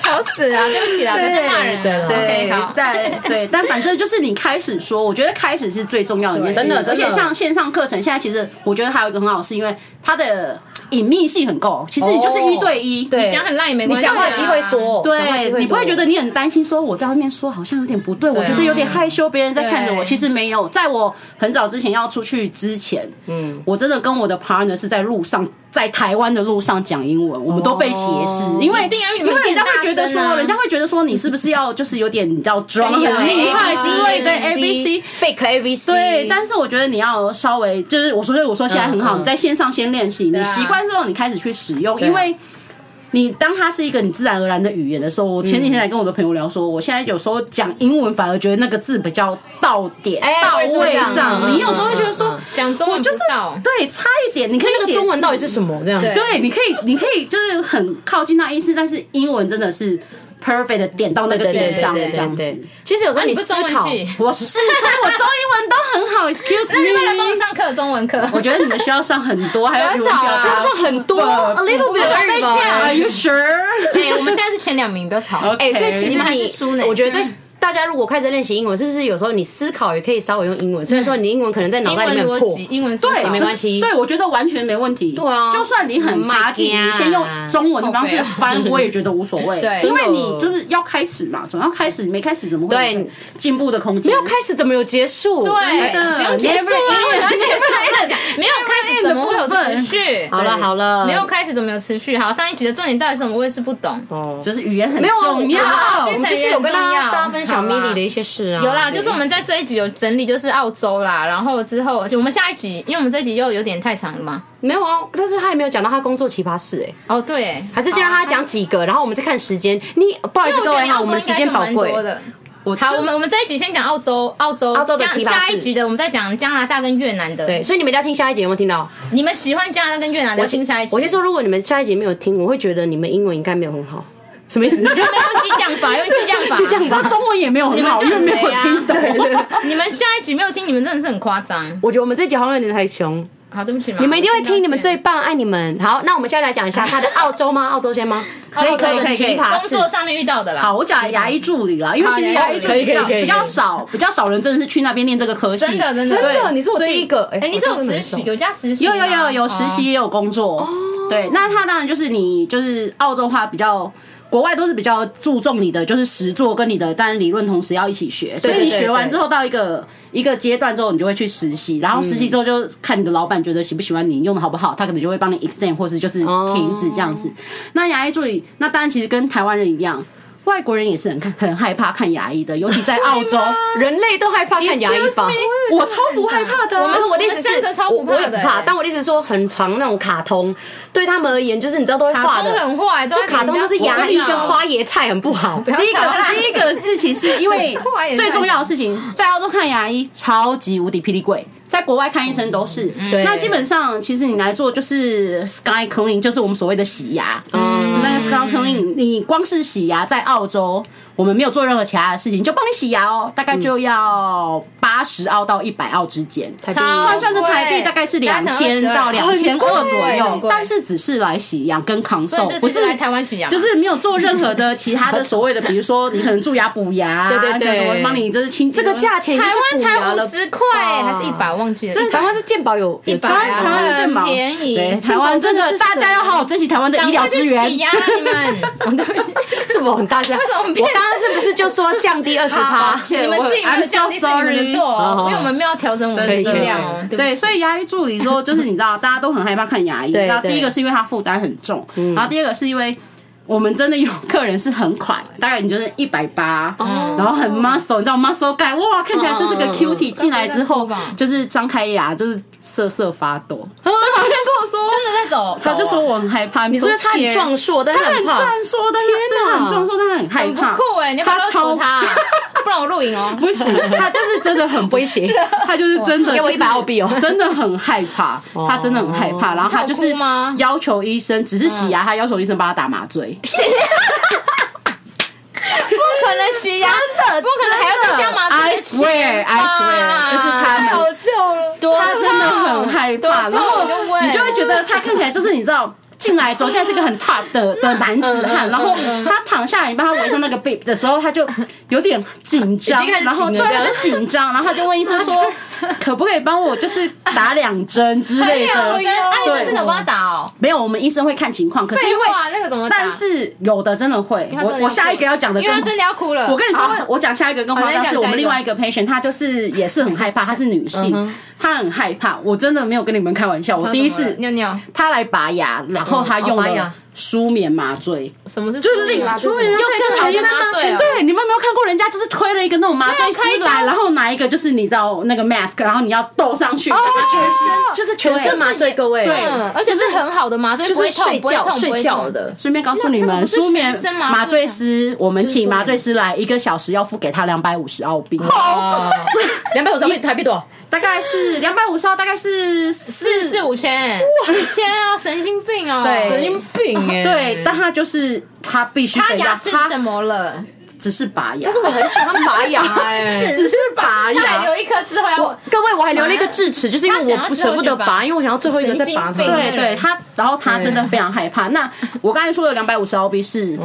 S2: 吵死了，对不起啦，不要再骂人了。
S3: 对
S2: OK，好，
S3: *laughs* 但对，但反正就是你开始说，我觉得开始是最重要的一件事
S1: 对
S3: 情。
S1: 真的
S3: 而且
S1: 真的
S3: 像线上课程，现在其实我觉得还有一个很好，是因为它的隐秘性很够。其实你就是一对一，
S1: 哦对
S2: 讲很烂也没关
S1: 你
S2: 系啊，
S1: 讲话机会多，讲话机会，
S3: 对
S1: 多
S3: 你不会觉得你很担心，说我在外面说好像有点不对，我觉得有点害羞，别人在看着我。
S2: 啊对
S3: 其实没有，在我很早之前要出去之前，嗯，我真的跟我的 partner 是在路上在台湾的路上讲英文，我们都被斜视，因为
S2: 一定啊因为你
S3: 因
S2: 们
S3: 为人家会觉得
S2: 变大声
S3: 说，
S2: 啊
S3: 人家会觉得说你是不是要就是有点你知道装很厉害之类的 A B C。
S1: fake A B C，
S3: 对，但是我觉得你要稍微就是我所以我说现在很好，
S1: 嗯嗯
S3: 你在线上先练习，你
S2: 啊
S3: 习惯之后你开始去使用，
S1: 对啊
S3: 因为。你当它是一个你自然而然的语言的时候，我前几天才跟我的朋友聊说，我现在有时候讲英文反而觉得那个字比较到点、
S1: 哎
S3: 到
S1: 我也是
S3: 位
S1: 这样
S3: 上，
S1: 嗯
S3: 你有时候会觉得
S1: 嗯嗯
S3: 说
S1: 嗯
S2: 讲中文不
S3: 就是
S2: 到，啊
S3: 对差一点，你可以
S1: 那个
S3: 解
S1: 中文
S3: 释
S1: 到底是什么？这样
S2: 对
S3: 对，你可以，你可以就是很靠近那意思，但是英文真的是 perfect 的点到那个点上，
S2: 对
S3: 这
S2: 对
S3: 样
S1: 对
S3: 子。
S1: 对，其实有时候
S2: 啊你不
S1: 思
S2: 中文
S1: 考，
S2: 系
S3: 我是，所以我中英文都很
S1: *laughs*
S3: 好，excuse
S2: 那你们来帮我
S3: me。
S2: 上课中文课，
S3: *laughs*
S2: 哎
S3: 我觉得你们需要上很多，
S1: *laughs*
S3: 还有语文
S2: 不
S3: 表
S2: 要找
S3: 达
S2: 啊
S1: 上很多，a little bit
S2: 我被呛
S1: *laughs* everybody
S3: Are you sure？
S2: 哎，我们现在是前两名，不要吵。
S1: 哎、所以其实
S2: 你
S1: 你
S2: 们还是输呢
S1: 我觉得在大家如果开始练习英文，是不是有时候你思考也可以稍微用英文？虽然说你英文可能在脑
S2: 英
S1: 袋里
S2: 文
S1: 面很
S2: 逻
S1: 破
S2: 辑，，英文思
S3: 对，
S2: 考
S1: 没关系
S3: 对，我觉得完全没问题。对
S1: 啊
S3: 就算你很差劲，
S1: Oh my
S3: 你
S1: God
S3: 先用中文的方式
S2: OK
S1: 啊
S3: 翻，我也觉得无所
S1: *laughs*
S3: 谓。
S2: 对
S3: 因为
S1: 真的
S3: 你就是要开始嘛，总要开始，你没开始怎么会有
S1: 对
S3: 进步的空间？
S1: 没有开哎始怎么有结束？
S2: 对，不用结束啊，我要结
S1: *laughs*
S2: 束，没有开始怎么会有持续？
S1: 好了好了，
S2: 没有开始怎么有持续？好，上一集的重点到底是我们我也是不懂。
S1: 哦，
S3: 就是语言很
S1: 没有啊，我
S3: 重
S1: 们
S3: 要。
S1: 我
S2: 变
S1: 们
S2: 成
S1: 就是有跟大
S2: 人重要
S1: 家大家分享
S2: 好啦
S1: Milly 的一些事啊，
S2: 有啦，就是我们在这一集有整理，就是澳洲啦，然后之后就我们下一集，因为我们这一集又有点太长了嘛。
S1: 没有啊，但是他也没有讲到他工作奇葩事哎、
S2: 哦，对，
S1: 还是就让他讲几个，然后我们再看时间。你不好意
S2: 因
S1: 思
S2: 为
S1: 各
S2: 我
S1: 位
S2: 觉得
S1: 哈，
S2: 澳
S1: 我们
S2: 洲
S1: 的时
S2: 应该就
S1: 间宝
S2: 蛮
S1: 贵
S2: 多。的。
S3: 我
S2: 好，我们我们这一集先讲澳洲，澳洲，
S1: 澳洲的
S2: 这样
S1: 奇葩
S2: 下一
S1: 事
S2: 集的我们再讲加拿大跟越南的。
S1: 对，所以你们一定要听下一节，有没有听到？
S2: 你们喜欢加拿大跟越南的，听下一集。
S1: 我先说，如果你们下一节没有听，我会觉得你们英文应该没有很好。什么
S2: *laughs*
S1: 意思？
S2: 你们用激将法，用激将法，
S1: 就这 *laughs* 样吧
S3: 那。中文也没有很啊好，
S2: 你
S3: 因为
S2: 们
S3: 没
S2: 这
S3: 有
S2: 样
S3: 听
S2: 子
S3: 懂。
S2: *laughs* 你们下一集没有听，你们真的是很夸张。
S1: 我觉得我们这集好像有点太凶，
S2: 好，对不起嘛，
S1: 你们一定会
S2: 我
S1: 听，你们最
S2: 先道
S1: 棒，爱你们。好，那我们现在来讲一下他的澳洲吗？澳洲先吗？可
S2: 歉
S1: 以
S2: 哦可以可
S1: 奇
S2: 以，工
S1: 葩事
S2: 作。上面遇到的啦。
S3: 好，，我讲牙医助理啦，因为其实
S2: 好
S3: 牙医助理
S1: 可
S3: 比
S1: 以
S3: 较
S1: 可以可以
S3: 比较少，比较少人真的是去那边念这个科系。
S2: 真的真的
S1: 真的，你是我
S3: 所以
S1: 第一个。哎
S2: 哎，你是有实习，
S1: 习？
S2: 有加实习
S3: 有
S2: 吗？哦
S3: 有有有实习也有工作。对，那他当然就是你就是澳洲话比较。国外都是比较注重你的，就是实作跟你的，当然理论同时要一起学。所以
S1: 对
S3: 你
S1: 对
S3: 学完
S1: 对
S3: 之后，到一个一个阶段之后，你就会去实习，然后实习之后就看你的老板觉得喜不喜欢你，用的好不好，他可能就会帮你 extend 或是就是停止这样子。那牙医助理，那当然其实跟台湾人一样，外国人也是很很害怕看牙医的，尤其在澳洲。
S1: 哦人类都害怕看牙医
S3: Excuse
S1: 吧
S3: me，？我超不害怕的啊。
S2: 我们
S1: 我的意思
S2: 我们三
S1: 是
S2: 个超，不
S1: 我
S2: 怕的
S1: 我也不怕
S2: 欸，
S1: 但我的意思是说，很长那种卡通，对他们而言，就是你知道都会画
S2: 卡
S1: 的
S2: 通，很坏，
S1: 就卡通都是牙医
S2: 医
S1: 跟花椰菜很不好。
S2: 哦要
S3: 第一
S2: 啊少
S3: 个
S2: 啦
S3: 第一个事情是
S2: *laughs*
S3: 因为
S2: 后来也是
S3: 最重要的事情，在澳洲看牙医超级无敌霹雳贵，在国外看医生都是。
S2: 嗯
S1: 对
S3: 那基本上其实你来做就是 sky clean，就是我们所谓的洗牙。嗯，那个 sky clean，你光是洗牙在澳洲。我们没有做任何其他的事情，就帮你洗牙哦，大概就要八十澳到一百澳之间，
S2: 超
S3: 换算成台币
S2: 贵
S3: 大概是
S2: 加
S3: 两
S2: 成
S3: 千
S2: 22
S3: 到两千二左
S2: 很
S3: 右
S2: 贵，
S3: 但是只是来洗牙跟抗
S2: 所
S3: 瘦
S2: 以，
S3: 不
S2: 是来台湾洗牙，
S3: 就是没有做任何的其他的所谓的，比如说你可能蛀牙补牙，
S1: 对对对
S3: 什么帮你就是清洁
S1: 这个价钱已经
S2: 台
S1: 是
S2: 湾
S1: 补牙
S2: 才
S1: 了
S2: 五十块还是一百，忘记了，
S1: 对，
S2: 100
S1: 台湾是健保有有
S2: 100
S3: 台湾
S2: 啊
S3: 台湾的
S2: 很
S3: 健保
S2: 便宜
S3: 对台湾真的
S1: 健保真的是
S3: 大家要好好珍惜台湾的医疗资
S2: 赶快去洗
S3: 源。
S2: 牙，你 *laughs* 们，我对不起
S1: 是我很大声？
S2: 为什么很
S1: 我刚刚是不是就说降低二十
S3: 好
S1: 趴
S3: 抱？
S2: *laughs*
S3: 歉
S2: 你们自己没有降低是你们的
S1: 我
S2: 错哦，
S1: I'm so sorry
S2: 因为我们没有调整我们的
S1: 可以
S2: 音
S1: 可以
S2: 量哦，
S3: 对，
S2: 对
S3: 所以牙医助理说，就是你知道，大家都很害怕看牙医。
S1: 对
S3: 然后
S1: 对
S3: 第一个是因为他负担很重，然后第二个是因为我们真的有客人是很快，大概你就是一百八，然后很 muscle，你知道 muscle 盖，哇，看起来这是个
S1: 嗯嗯嗯
S3: cutie 进来之后
S2: 刚刚在哭吧，
S3: 就是张开牙就是瑟瑟发抖。 *laughs* 他旁边跟我说，
S2: 不真的在走，啊
S3: 他就说我很害怕，你
S1: 你说他很壮硕，但是
S3: 他很
S1: 很胖。
S3: 壮硕，但是对他很壮硕，但他很害
S2: 很不
S3: 怕，
S2: 酷哎，你要不要
S3: 他超
S2: 说他 *laughs* 啊，不然我录影哦。
S3: 不行，他就是真的很不
S1: 威胁，
S3: 他就是真的
S1: 给我
S3: 就是
S1: 100澳币哦
S3: 真的很害怕，他真的很害怕，然后他就是
S2: 他有哭吗
S3: 要求医生，只是洗牙，他要求医生帮他打麻醉，
S2: 不可能洗牙，不可能还要再加麻醉
S3: I
S2: 的钱吧
S3: swear, I swear，就是他们
S1: 笑了，
S3: 他真的很害怕，
S2: 对
S3: 然
S2: 对
S3: 后
S2: 我就问
S3: 你就会觉得他看起来就是你知道。进来走进来是个很 tough 的的男子
S2: 嗯
S3: 汉，然后他躺下来，你帮他围上那个 bib 的时候，他就有点紧
S1: 已
S3: 张
S1: 经开，始
S3: 然后
S1: 紧
S3: 对，
S1: 了这
S3: 他
S1: 样
S3: 就紧张，然后他就问医
S2: *laughs*
S3: 生说，可不可以帮我就是打两针之
S2: *laughs*
S3: 类的
S2: 真，阿医生真的有
S3: 对
S2: 帮他打哦。
S3: 没有，我们医生会看情况，可是因
S2: 废
S3: 为
S2: 话，那个怎么打？
S3: 但是有的真的会，
S2: 他真的
S3: 我我下一个要讲的
S2: 因
S3: 更
S2: 为他真的要哭了。
S3: *laughs* 我跟你说
S2: 好，
S3: 我讲下一个更夸
S2: 好
S3: 张
S2: 你
S3: 是
S2: 讲
S3: 我
S2: 下
S3: 们
S2: 一
S3: 另
S2: 个嗯
S3: 外一个 patient，她就是也是很害怕，她是女性，她很害怕。我真的没有跟你们开玩笑，我第一
S2: 他怎么
S3: 次
S2: 了嗯尿尿，
S3: 她来拔牙，然后她用
S1: 哦拔牙
S3: 了舒眠麻醉，
S2: 什么是
S3: 就是
S2: 输赢
S3: 令
S2: 啊
S3: 舒眠麻
S2: 又
S3: 醉就
S2: 更好
S3: 全身
S2: 的麻醉哦。
S3: 对，你们有没有看过人家就是推了一个那种麻醉师
S2: 对啊开
S3: 来，
S2: 刀
S3: 然后拿一个就是你知道那个 mask，然后你要斗上
S2: 哦
S3: 去，
S2: 身
S1: 就是全身麻醉，各位，
S2: 嗯，而且是很好的麻醉，
S1: 就
S2: 不会
S1: 是
S2: 痛，
S1: 睡
S2: 不会
S1: 觉
S2: 痛，不
S1: 睡
S2: 会
S1: 觉
S2: 痛。
S1: 的。
S3: 顺便告诉你
S2: 那那
S3: 们，
S2: 不是
S3: 舒眠
S2: 全身麻醉
S3: 麻醉师，我们
S1: 就是
S3: 请
S1: 说
S3: 麻醉师来一个小时，要付给他两百五十澳币，
S1: 哦 *laughs* 两百五十台币多少？
S3: 大概是两百五十澳，大概是
S2: 四四五千，五千啊，神经病哦！
S3: 对
S1: 神经病哎！
S3: 对，但他就是他必须
S2: 他
S3: 得
S2: 牙
S3: 要
S2: 齿
S3: 他
S2: 怎么了？
S3: 只是拔牙，
S1: 但是我很喜欢拔 *laughs* 牙哎。
S3: 只是拔
S2: 他还
S3: 牙，
S2: 留一颗之后要
S1: 我各位，我还留了一个智齿，就是因为我不舍不得拔，因为我想要最后一个再拔
S2: 神
S1: 它。
S2: 经病
S3: 对对，他然后他真的非常害怕。那我刚才说的两百五十澳币是。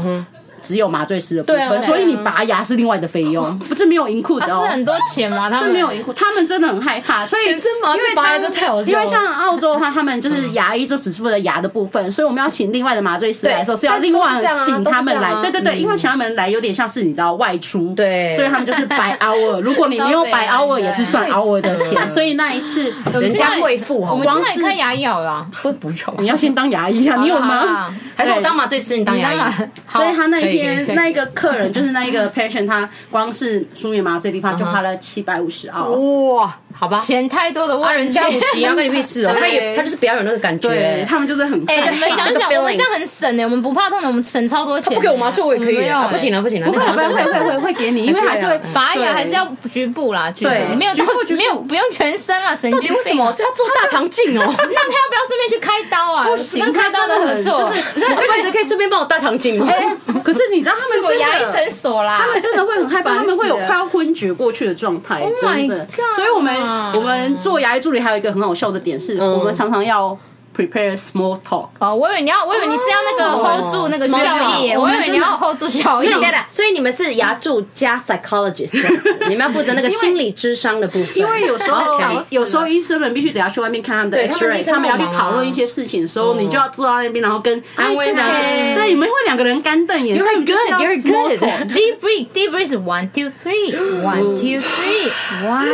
S3: 只有麻醉师的部
S1: 对啊对啊
S3: 分，所以你拔牙是另外的费用，不是没有银库
S2: 他
S3: 的
S2: 啊是
S3: 哦。
S2: 很多钱吗？他
S3: 是
S2: 们
S3: 没有，他们真的很害怕，所以
S1: 全身麻醉
S3: 因为
S1: 拔牙
S3: 当
S1: 这太好笑了
S3: 因为像澳洲的话，他们就是牙医就只负责牙的部分，所以我们要请另外的麻醉师来的时候是要另外
S1: 但都是这样啊
S3: 请他们来
S1: 都，是这样啊
S3: 对对对，因为请他们来有点像是你知道外出，
S1: 对
S3: 所以他们就是 by hour，如果你没有 by
S2: 超北
S3: hour
S2: 蓝
S3: 也是算
S2: 对
S3: hour 的钱，所以那一次人
S1: 人
S3: 家
S1: 家贵妇好
S2: 我
S1: 不
S2: 们
S1: 好？
S2: 去那里看牙医好了。
S1: 不不用，
S3: 你要先当牙医啊，你有
S2: 好啦好啦
S3: 吗？
S1: 还是我当麻醉师，你当牙
S2: 当
S1: 医。
S2: 然，
S3: 所以他那一天
S2: 可以
S3: 那一个客人就是那一个 patient，他光是输液麻醉地方就花了七百五十澳，
S1: 哦哇，好 *laughs* 吧，
S2: 钱太多的问
S1: 啊，
S2: 题，
S1: 人家五级啊，关你屁事哦。他也他就是不要有那个感
S3: 对
S1: 觉。
S3: 他们就是很
S2: 哎，
S3: 害
S2: 你
S3: 怕
S2: 们想想，我们这样很省呢，我们不怕痛的，我们省超多钱。
S1: 不给我麻醉我也可以
S2: 用
S1: 啊，，不行了不行了，
S3: 不会不会会会会给你，因为还是会
S2: 拔牙还是
S3: 对啊
S2: 要局部啦，局部
S3: 对
S2: 没有
S3: 局部
S2: 就是
S3: 局部
S2: 没有不用全身啦，神经
S1: 到
S2: 病
S1: 底为什么？是要做大肠镜哦？ *laughs*
S2: 那他要不要顺便去开刀啊？
S3: 不行
S2: 跟开刀的合作，
S3: *laughs* 他真的很哎
S1: 你随时可以顺便帮我大肠镜吗？ *laughs*
S3: 可是你知道他
S2: 是
S3: 们
S2: 我
S3: 真
S2: 牙医
S3: 的，
S2: 诊所啦
S3: 他。们真的会很害怕，
S2: 烦死了
S3: *laughs* 他们会有快要昏厥过去的状态，
S2: my
S3: 真的
S2: God。
S3: 所以我们我们做牙医助理还有一个很好笑的点是，我们常常要 prepare small talk。
S2: 哦，我以为你要，我以为你是要那个
S1: 哦
S2: hold 住那个
S1: small
S2: 效益耶，
S3: talk 我
S2: 我
S3: 们
S2: 以为你要 hold 住效益
S1: 所以。对的，所以你们是牙助加 psychologist，这样子你们要负责那个心理智商的部分。
S3: 因为有时候哎
S1: OK
S3: 有时候医生们必须得要去外面看他们的
S1: 对他们
S3: X-ray，
S1: 医生
S3: 他们要去
S1: 很忙啊
S3: 讨论一些事情的时候，你就要坐在那边，然后跟
S1: 安慰他
S3: 两个对，你们会两个人干瞪眼，所以你
S1: You're
S3: 就是
S1: good,
S3: 要
S1: you're
S3: small talk。
S1: good.
S2: Deep breath, deep breath is one two three, one two three, *laughs* one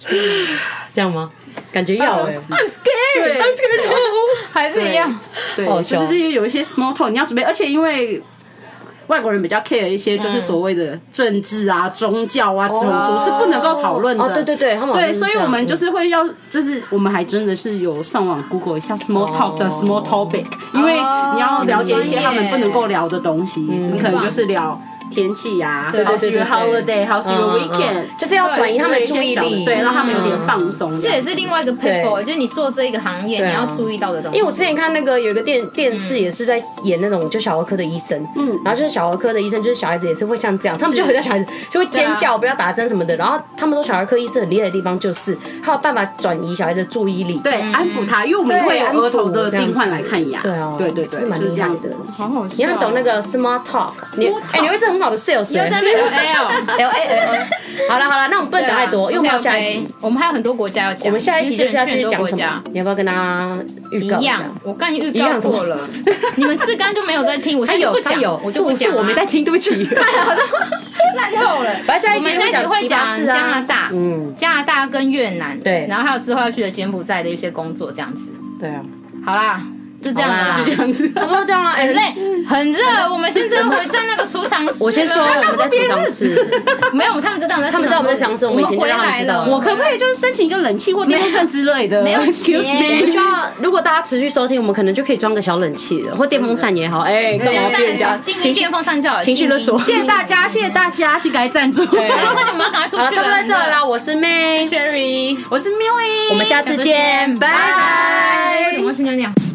S2: two.
S1: 这样吗？感觉要嗯哎，
S2: I'm scared，
S3: 对
S2: 还是一样。
S3: 对，
S1: 好
S3: 就是
S1: 笑
S3: 这些有一些 small talk，你要准备，而且因为。外国人比较 care 一些，
S1: 嗯
S3: 就是所谓的政治啊、宗教啊、种族是不能够讨论的。
S1: 哦哦，对对对，他们好像
S3: 对，
S1: 是
S3: 所以
S1: 这样
S3: 我们就是会要，就是我们还真的是有上网 Google 一下 small talk
S1: 哦
S3: 的 small topic，因为你要了解一些他们不能够聊的东西，你可能就是聊天气啊
S1: 哦嗯对对
S3: ，How's
S1: 对
S3: your
S1: 对
S3: holiday，How's
S1: 嗯
S3: your
S1: 嗯
S3: weekend，
S1: 嗯就是要转移他们的注意力，
S3: 对，让他们有点放松。
S2: 这也是另外一个 paper，
S1: 对
S2: 就是你做这个行业
S1: 对
S2: 你
S1: 啊
S2: 要注意到的东西。
S1: 因为我之前看那个有一个电电视也是在演那种就小儿科的医生，嗯，然后就是小儿科的医生，就是小孩子也是会像这样，他们就很像小孩子就会尖
S2: 对
S1: 叫不要打针什么的，然后他们说小儿科医生很厉害的地方就是他有办法转移小孩子的注意力，
S3: 对，安抚他，因为我们会有额头的病患来看牙。
S1: 对啊
S3: 对对对，
S1: 是蛮
S3: 就是这
S1: 厉害
S3: 样
S1: 的
S3: 子。
S1: 东西
S2: 好。好笑哦
S1: 你很懂那个 smart talk，你哎，你会是很好的 sales，
S2: 又在那
S1: 欸
S2: 边哎 L。
S1: L A L。好了好了，那我 *laughs* 们不能讲太
S3: 啊
S1: 多，因为我们有下一集。，
S2: 我们还有很多国家要讲。
S1: 我们下一集就是要继续
S2: 因
S1: 讲
S2: 为
S1: 什
S2: 之前去
S1: 么？
S2: 很
S1: 你要不要跟大家预
S2: 多
S1: 告
S2: 国家一
S1: 下
S2: 样？，我刚已经
S1: 一
S2: 预告
S1: 样什么 *laughs*
S2: 过了，你们吃干就没有在听，我
S1: 他
S2: 现在就
S1: 有
S2: 不
S1: 他
S2: 讲，
S1: 有，
S2: 我就不
S1: 是
S2: 讲
S1: 我
S2: 啊
S1: 是我没在听，对不
S2: *laughs*
S1: 起。
S2: 好像烂透了。
S1: 反正下一
S2: 我们
S1: 集
S2: 下
S1: 会
S2: 一
S1: 讲七
S2: 集会
S1: 八
S2: 讲
S1: 四
S2: 加拿
S1: 啊，
S2: 大，
S1: 嗯，
S2: 加拿大跟越南，
S1: 对
S2: 然后还有之后要去的柬埔寨的一些工作，这样子。
S1: 对啊，
S2: 好啦，就这样了
S1: 好
S2: 啦
S1: 啦
S3: 这。样子。
S1: 差不多这样了。哎，
S2: 很累，很热。我们现在回在那个储藏室了。
S1: 我先说，我们在储藏室，
S2: *laughs* 没有，他们知道我们在储藏室，
S1: 他们知道我们在想什么
S2: 我们
S1: 以前就
S2: 回
S1: 让他们
S2: 来
S1: 知道
S2: 了。
S1: 了
S3: 我可不可以就是申请一个冷气或电风扇之类的？
S2: 没有
S3: excuse
S1: 我
S2: 钱
S1: 们
S3: me。
S1: 需要，如果大家持续收听，我们可能就可以装个小冷气了，或电风扇也好。哎，干
S2: 电
S1: 嘛
S2: 风扇
S1: 变人家
S2: 很静音，
S1: 情绪
S2: 电风扇就好了
S1: 情绪勒索？
S2: 静音
S1: *laughs*
S3: 谢谢大家，谢谢大家，谢谢来赞助。
S2: 好了，快点，我们要赶快出
S1: 好了，
S2: 去
S1: 差
S2: 了。
S1: 不多在这啦，我是妹，
S2: Sherry，
S3: 我是 Milly，
S1: 我们下次
S2: 下次
S1: 见，
S2: 见
S1: 拜拜。
S2: 我怎么去尿尿？啊